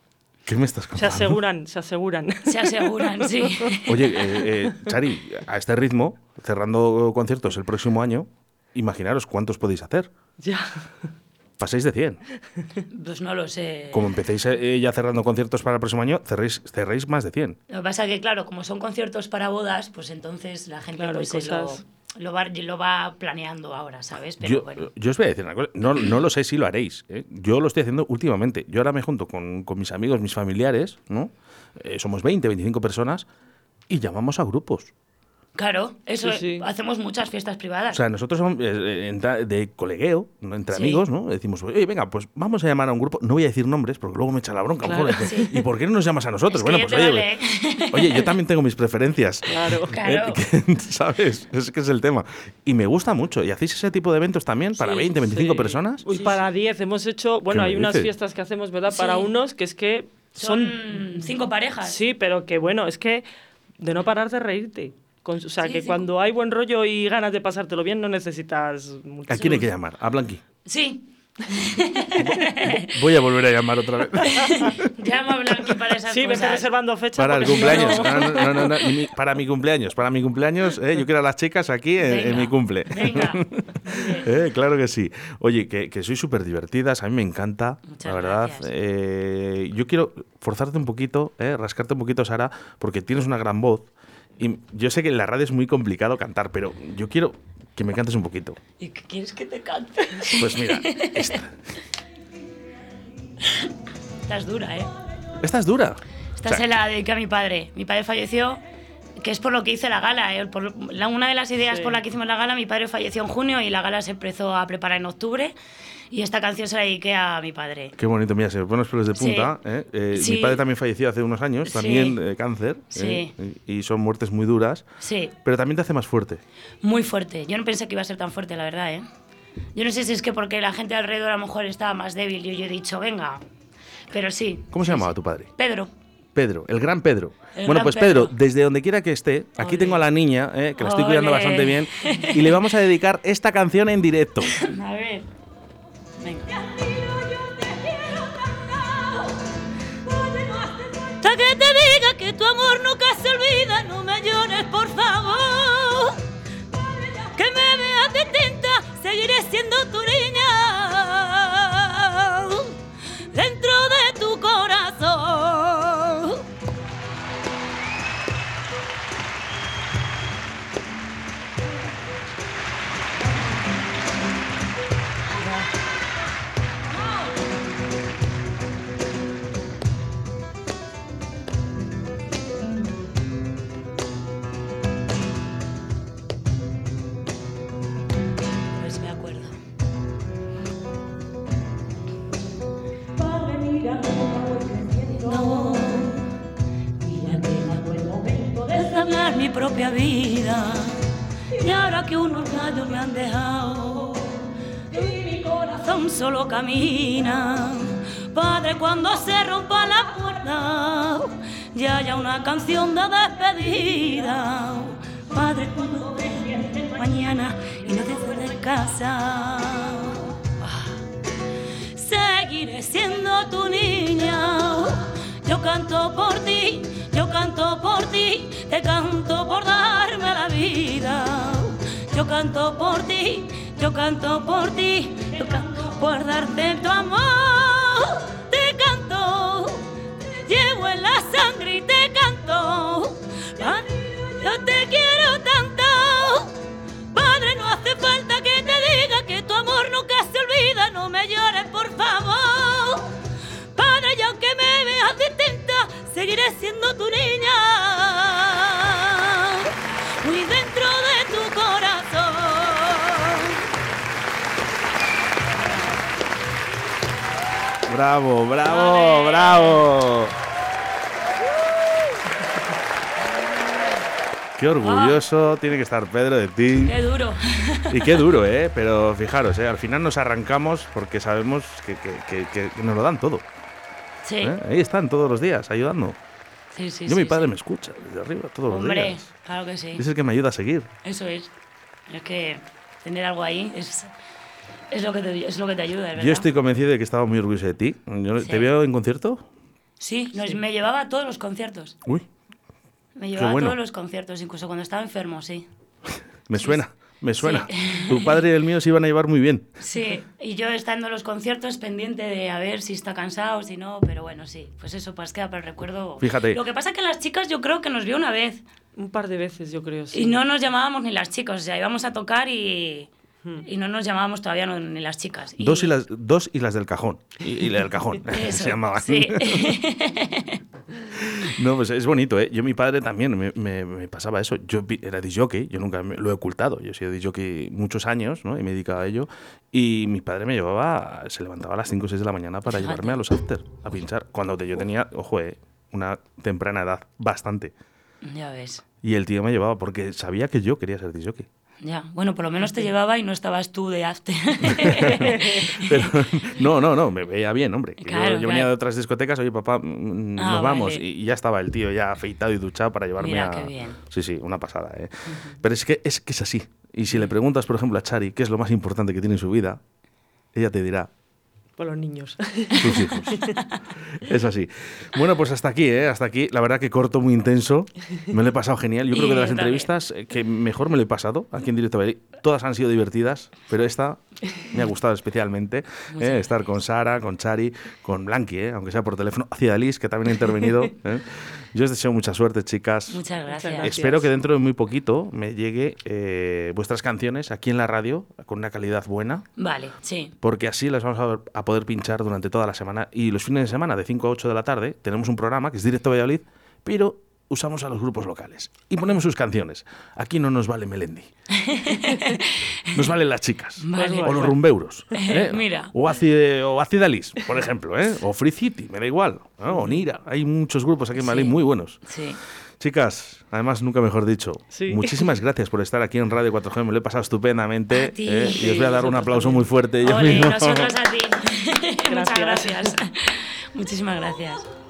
Speaker 2: ¿Qué me estás contando?
Speaker 5: Se aseguran, se aseguran.
Speaker 4: Se aseguran, sí.
Speaker 2: Oye, eh, eh, Chari, a este ritmo, cerrando conciertos el próximo año, imaginaros cuántos podéis hacer.
Speaker 5: ya.
Speaker 2: Paséis de 100.
Speaker 4: Pues no lo sé.
Speaker 2: Como empecéis eh, ya cerrando conciertos para el próximo año, cerréis, cerréis más de 100.
Speaker 4: Lo que pasa es que, claro, como son conciertos para bodas, pues entonces la gente
Speaker 5: Claro,
Speaker 4: pues,
Speaker 5: hay
Speaker 4: se lo-
Speaker 5: cosas.
Speaker 4: lo, va, lo va planeando ahora, ¿sabes? Pero
Speaker 2: Yo, eh,
Speaker 4: bueno.
Speaker 2: yo os voy a decir una cosa, no, no lo sé si lo haréis. ¿eh? Yo lo estoy haciendo últimamente. Yo ahora me junto con, con mis amigos, mis familiares, ¿no? Eh, somos 20, 25 personas y llamamos a grupos.
Speaker 4: Claro, eso
Speaker 5: Sí, sí.
Speaker 4: hacemos muchas fiestas privadas.
Speaker 2: O sea, nosotros somos, eh, eh, entra- de colegueo, ¿no? entre
Speaker 4: Sí.
Speaker 2: amigos, ¿no? Decimos, oye, venga, pues vamos a llamar a un grupo. No voy a decir nombres porque luego me echa la bronca.
Speaker 5: Claro.
Speaker 2: joder, ¿Y por qué no nos llamas a nosotros?
Speaker 4: Es que ya
Speaker 2: bueno, pues
Speaker 4: te
Speaker 2: oye,
Speaker 4: vale, ¿eh?
Speaker 2: oye, yo también tengo mis preferencias.
Speaker 5: Claro.
Speaker 4: Claro.
Speaker 2: Eh, que- ¿Sabes? Es que es el tema. Y me gusta mucho. ¿Y hacéis ese tipo de eventos también para
Speaker 5: Sí,
Speaker 2: 20, 25
Speaker 5: sí.
Speaker 2: personas?
Speaker 5: Uy, para 10 hemos hecho... Bueno,
Speaker 2: me
Speaker 5: hay unas
Speaker 2: dices?
Speaker 5: fiestas que hacemos, ¿verdad? Para
Speaker 4: Sí.
Speaker 5: unos que es que son...
Speaker 4: Son cinco parejas.
Speaker 5: Sí, pero que bueno, es que de no parar de reírte. Con- o sea,
Speaker 4: Sí,
Speaker 5: que
Speaker 4: sí.
Speaker 5: cuando hay buen rollo y ganas de pasártelo bien, no necesitas mucho.
Speaker 2: ¿A quién hay que llamar? A Blanqui.
Speaker 4: Sí,
Speaker 2: Voy a volver a llamar otra vez.
Speaker 4: llama a Blanqui para esas
Speaker 5: Sí, vete
Speaker 4: cosas.
Speaker 5: reservando fecha.
Speaker 2: Para el
Speaker 5: porque si no,
Speaker 2: cumpleaños. No,
Speaker 5: no-
Speaker 2: no, no, no, no. Y mi- Para mi cumpleaños. Para mi cumpleaños. eh, yo quiero a las chicas aquí en, en
Speaker 4: Venga,
Speaker 2: mi cumple.
Speaker 4: Venga.
Speaker 2: Eh, claro que sí. Oye, que, que sois súper divertidas, a mí me encanta,
Speaker 4: Muchas
Speaker 2: la verdad.
Speaker 4: gracias.
Speaker 2: Eh, yo quiero forzarte un poquito, eh, rascarte un poquito, Sara, porque tienes una gran voz. Y yo sé que en la radio es muy complicado cantar, pero yo quiero que me cantes un poquito.
Speaker 4: ¿Y qué quieres que te cante?
Speaker 2: Pues mira, esta,
Speaker 4: Estás dura, ¿eh?
Speaker 2: esta es dura.
Speaker 4: Esta
Speaker 2: O sea,
Speaker 4: se la dediqué a mi padre. Mi padre falleció, que es por lo que hice la gala. ¿eh? Por lo- la- una de las ideas
Speaker 5: Sí.
Speaker 4: por la que hicimos la gala, mi padre falleció en junio y la gala se empezó a preparar en octubre. Y esta canción se la dediqué a mi padre.
Speaker 2: Qué bonito, mira, se me ponen los pelos de
Speaker 4: Sí.
Speaker 2: punta. ¿eh? Eh,
Speaker 4: Sí.
Speaker 2: Mi padre también falleció hace unos años,
Speaker 4: Sí.
Speaker 2: también eh, cáncer,
Speaker 4: Sí.
Speaker 2: ¿eh? y y son muertes muy duras,
Speaker 4: Sí,
Speaker 2: pero también te hace más fuerte.
Speaker 4: muy fuerte. Yo no pensé que iba a ser tan fuerte, la verdad, ¿eh? Yo no sé si es que porque la gente alrededor a lo mejor estaba más débil y yo he dicho, venga. Pero sí.
Speaker 2: ¿Cómo se llamaba tu padre?
Speaker 4: Pedro.
Speaker 2: Pedro, el gran Pedro.
Speaker 4: El
Speaker 2: bueno,
Speaker 4: gran
Speaker 2: pues Pedro,
Speaker 4: Pedro.
Speaker 2: desde donde quiera que esté, aquí
Speaker 4: Ole.
Speaker 2: tengo a la niña, eh, que la estoy cuidando
Speaker 4: Ole.
Speaker 2: bastante bien, y le vamos a dedicar esta canción en directo.
Speaker 4: A ver. Venga.
Speaker 3: Hasta que te diga que tu amor nunca se olvida, no me llores, por favor. Que me veas distinta, seguiré siendo tu niña. Dentro de tu corazón.
Speaker 4: A ver si me acuerdo.
Speaker 1: Padre, mira cómo voy creciendo. Mira que llegó el momento de
Speaker 4: Es amar mi propia vida Y ahora que unos rayos me han dejado y mi corazón solo camina, padre, cuando se rompa la puerta y haya una canción de despedida, padre, cuando te sientes mañana y no te de casa. Seguiré siendo tu niña. Yo canto por ti, yo canto por ti, te canto por darme la vida. Yo canto por ti, yo canto por ti, yo canto por darte tu amor. Te canto, te llevo en la sangre y te canto. Pa- Yo te quiero tanto. Padre, no hace falta que te diga que tu amor nunca se olvida. No me llores, por favor. Padre, y aunque me veas distinta, seguiré siendo tu niña. Muy dentro de tu corazón.
Speaker 2: Bravo, bravo, bravo. Qué orgulloso tiene que estar Pedro de ti.
Speaker 4: Qué duro.
Speaker 2: Y qué duro, ¿eh? Pero fijaros, ¿eh? al final nos arrancamos porque sabemos que, que- que- que- que nos lo dan todo.
Speaker 4: Sí,
Speaker 2: ¿eh? Ahí están todos los días ayudando.
Speaker 4: sí, sí.
Speaker 2: Yo, mi
Speaker 4: sí,
Speaker 2: padre
Speaker 4: sí.
Speaker 2: me escucha desde arriba todos los
Speaker 4: Hombre,
Speaker 2: días.
Speaker 4: claro que sí.
Speaker 2: Es el que me ayuda a seguir.
Speaker 4: Eso es. Es que tener algo ahí es, es, lo, que te, es lo que te ayuda, es ¿verdad?
Speaker 2: Yo estoy convencido de que estaba muy orgulloso de ti. Yo-
Speaker 4: Sí.
Speaker 2: ¿Te veo en concierto?
Speaker 4: Sí, nos- me llevaba a todos los conciertos.
Speaker 2: Uy,
Speaker 4: Me llevaba
Speaker 2: bueno.
Speaker 4: a todos los conciertos, incluso cuando estaba enfermo, sí.
Speaker 2: me suena, me suena. Tu padre y el mío se iban a llevar muy bien.
Speaker 4: Sí, y yo estando en los conciertos pendiente de a ver si está cansado, si no, pero bueno, sí. Pues eso, pues queda para el recuerdo.
Speaker 2: Fíjate.
Speaker 4: Lo que pasa que las chicas yo creo que nos vio una vez
Speaker 5: Un par de veces, yo creo. sí.
Speaker 4: y no nos llamábamos ni las chicas, o sea, íbamos a tocar y, y no nos llamábamos todavía no- ni las chicas.
Speaker 2: Dos, y las, dos y las del cajón. Y, y la del cajón,
Speaker 4: Eso,
Speaker 2: se llamaba.
Speaker 4: Sí.
Speaker 2: No, pues es bonito, ¿eh? Yo, mi padre también me, me- me pasaba eso. Yo vi- era disjockey, yo nunca me- lo he ocultado. Yo he sido disjockey muchos años, ¿no? Y me he dedicado a ello. Y mi padre me llevaba, se levantaba a las 5 o 6 de la mañana para
Speaker 4: Fíjate.
Speaker 2: llevarme a los after, a pinchar. Cuando te- yo tenía, ojo, ¿eh? Una temprana edad, bastante.
Speaker 4: ya ves.
Speaker 2: Y el tío me llevaba porque sabía que yo quería ser disjockey.
Speaker 4: Ya, bueno, por lo menos te llevaba y no estabas tú de after.
Speaker 2: Pero, no, no, no, me veía bien, hombre. Yo-
Speaker 4: Claro,
Speaker 2: yo, venía
Speaker 4: claro.
Speaker 2: de otras discotecas, oye, papá, mm,
Speaker 4: Ah,
Speaker 2: nos vamos.
Speaker 4: vale.
Speaker 2: Y y ya estaba el tío ya afeitado y duchado para llevarme
Speaker 4: Mira,
Speaker 2: a.
Speaker 4: qué bien.
Speaker 2: Sí, sí, una pasada, ¿eh? Pero es que, es que es así. Y si le preguntas, por ejemplo, a Chari qué es lo más importante que tiene en su vida, ella te dirá
Speaker 5: Por los niños.
Speaker 2: sus hijos. es así. Bueno, pues hasta aquí, ¿eh? Hasta aquí. La verdad que corto, muy intenso. Me lo he pasado genial. Yo creo
Speaker 4: Y
Speaker 2: que de
Speaker 4: yo
Speaker 2: las
Speaker 4: también.
Speaker 2: entrevistas eh, que mejor me lo he pasado aquí en directo. a Madrid. Todas han sido divertidas, pero esta me ha gustado especialmente.
Speaker 4: Muchas
Speaker 2: ¿eh? Estar con Sara, con Chari, con Blanqui, ¿eh? aunque sea por teléfono, hacia Alice, que también ha intervenido. ¿eh? Yo os deseo mucha suerte, chicas.
Speaker 4: Muchas gracias.
Speaker 5: gracias.
Speaker 2: Espero que dentro de muy poquito me llegue eh, vuestras canciones aquí en la radio con una calidad buena
Speaker 4: Vale, sí.
Speaker 2: porque así las vamos a, a poder pinchar durante toda la semana. Y los fines de semana, de 5 a 8 de la tarde, tenemos un programa que es Directo Valladolid, pero usamos a los grupos locales y ponemos sus canciones. Aquí no nos vale Melendi. Nos valen las chicas.
Speaker 4: Vale.
Speaker 2: O los rumbeuros. ¿eh?
Speaker 4: Mira.
Speaker 2: O Acid, o Acid Alice, por ejemplo. ¿eh? O Free City, me da igual. ¿no? O Nira. Hay muchos grupos aquí en Madrid
Speaker 4: Sí.
Speaker 2: muy buenos.
Speaker 4: Sí.
Speaker 2: Chicas, además nunca mejor dicho,
Speaker 5: Sí.
Speaker 2: muchísimas gracias por estar aquí en Radio 4G, me lo he pasado estupendamente
Speaker 4: A ti.
Speaker 2: ¿eh? y os voy a dar un
Speaker 5: Nosotros
Speaker 2: aplauso
Speaker 5: también.
Speaker 2: muy fuerte. yo
Speaker 4: Ole,
Speaker 2: mismo.
Speaker 4: nosotros a ti. Muchas
Speaker 5: Gracias.
Speaker 4: gracias. Muchísimas gracias.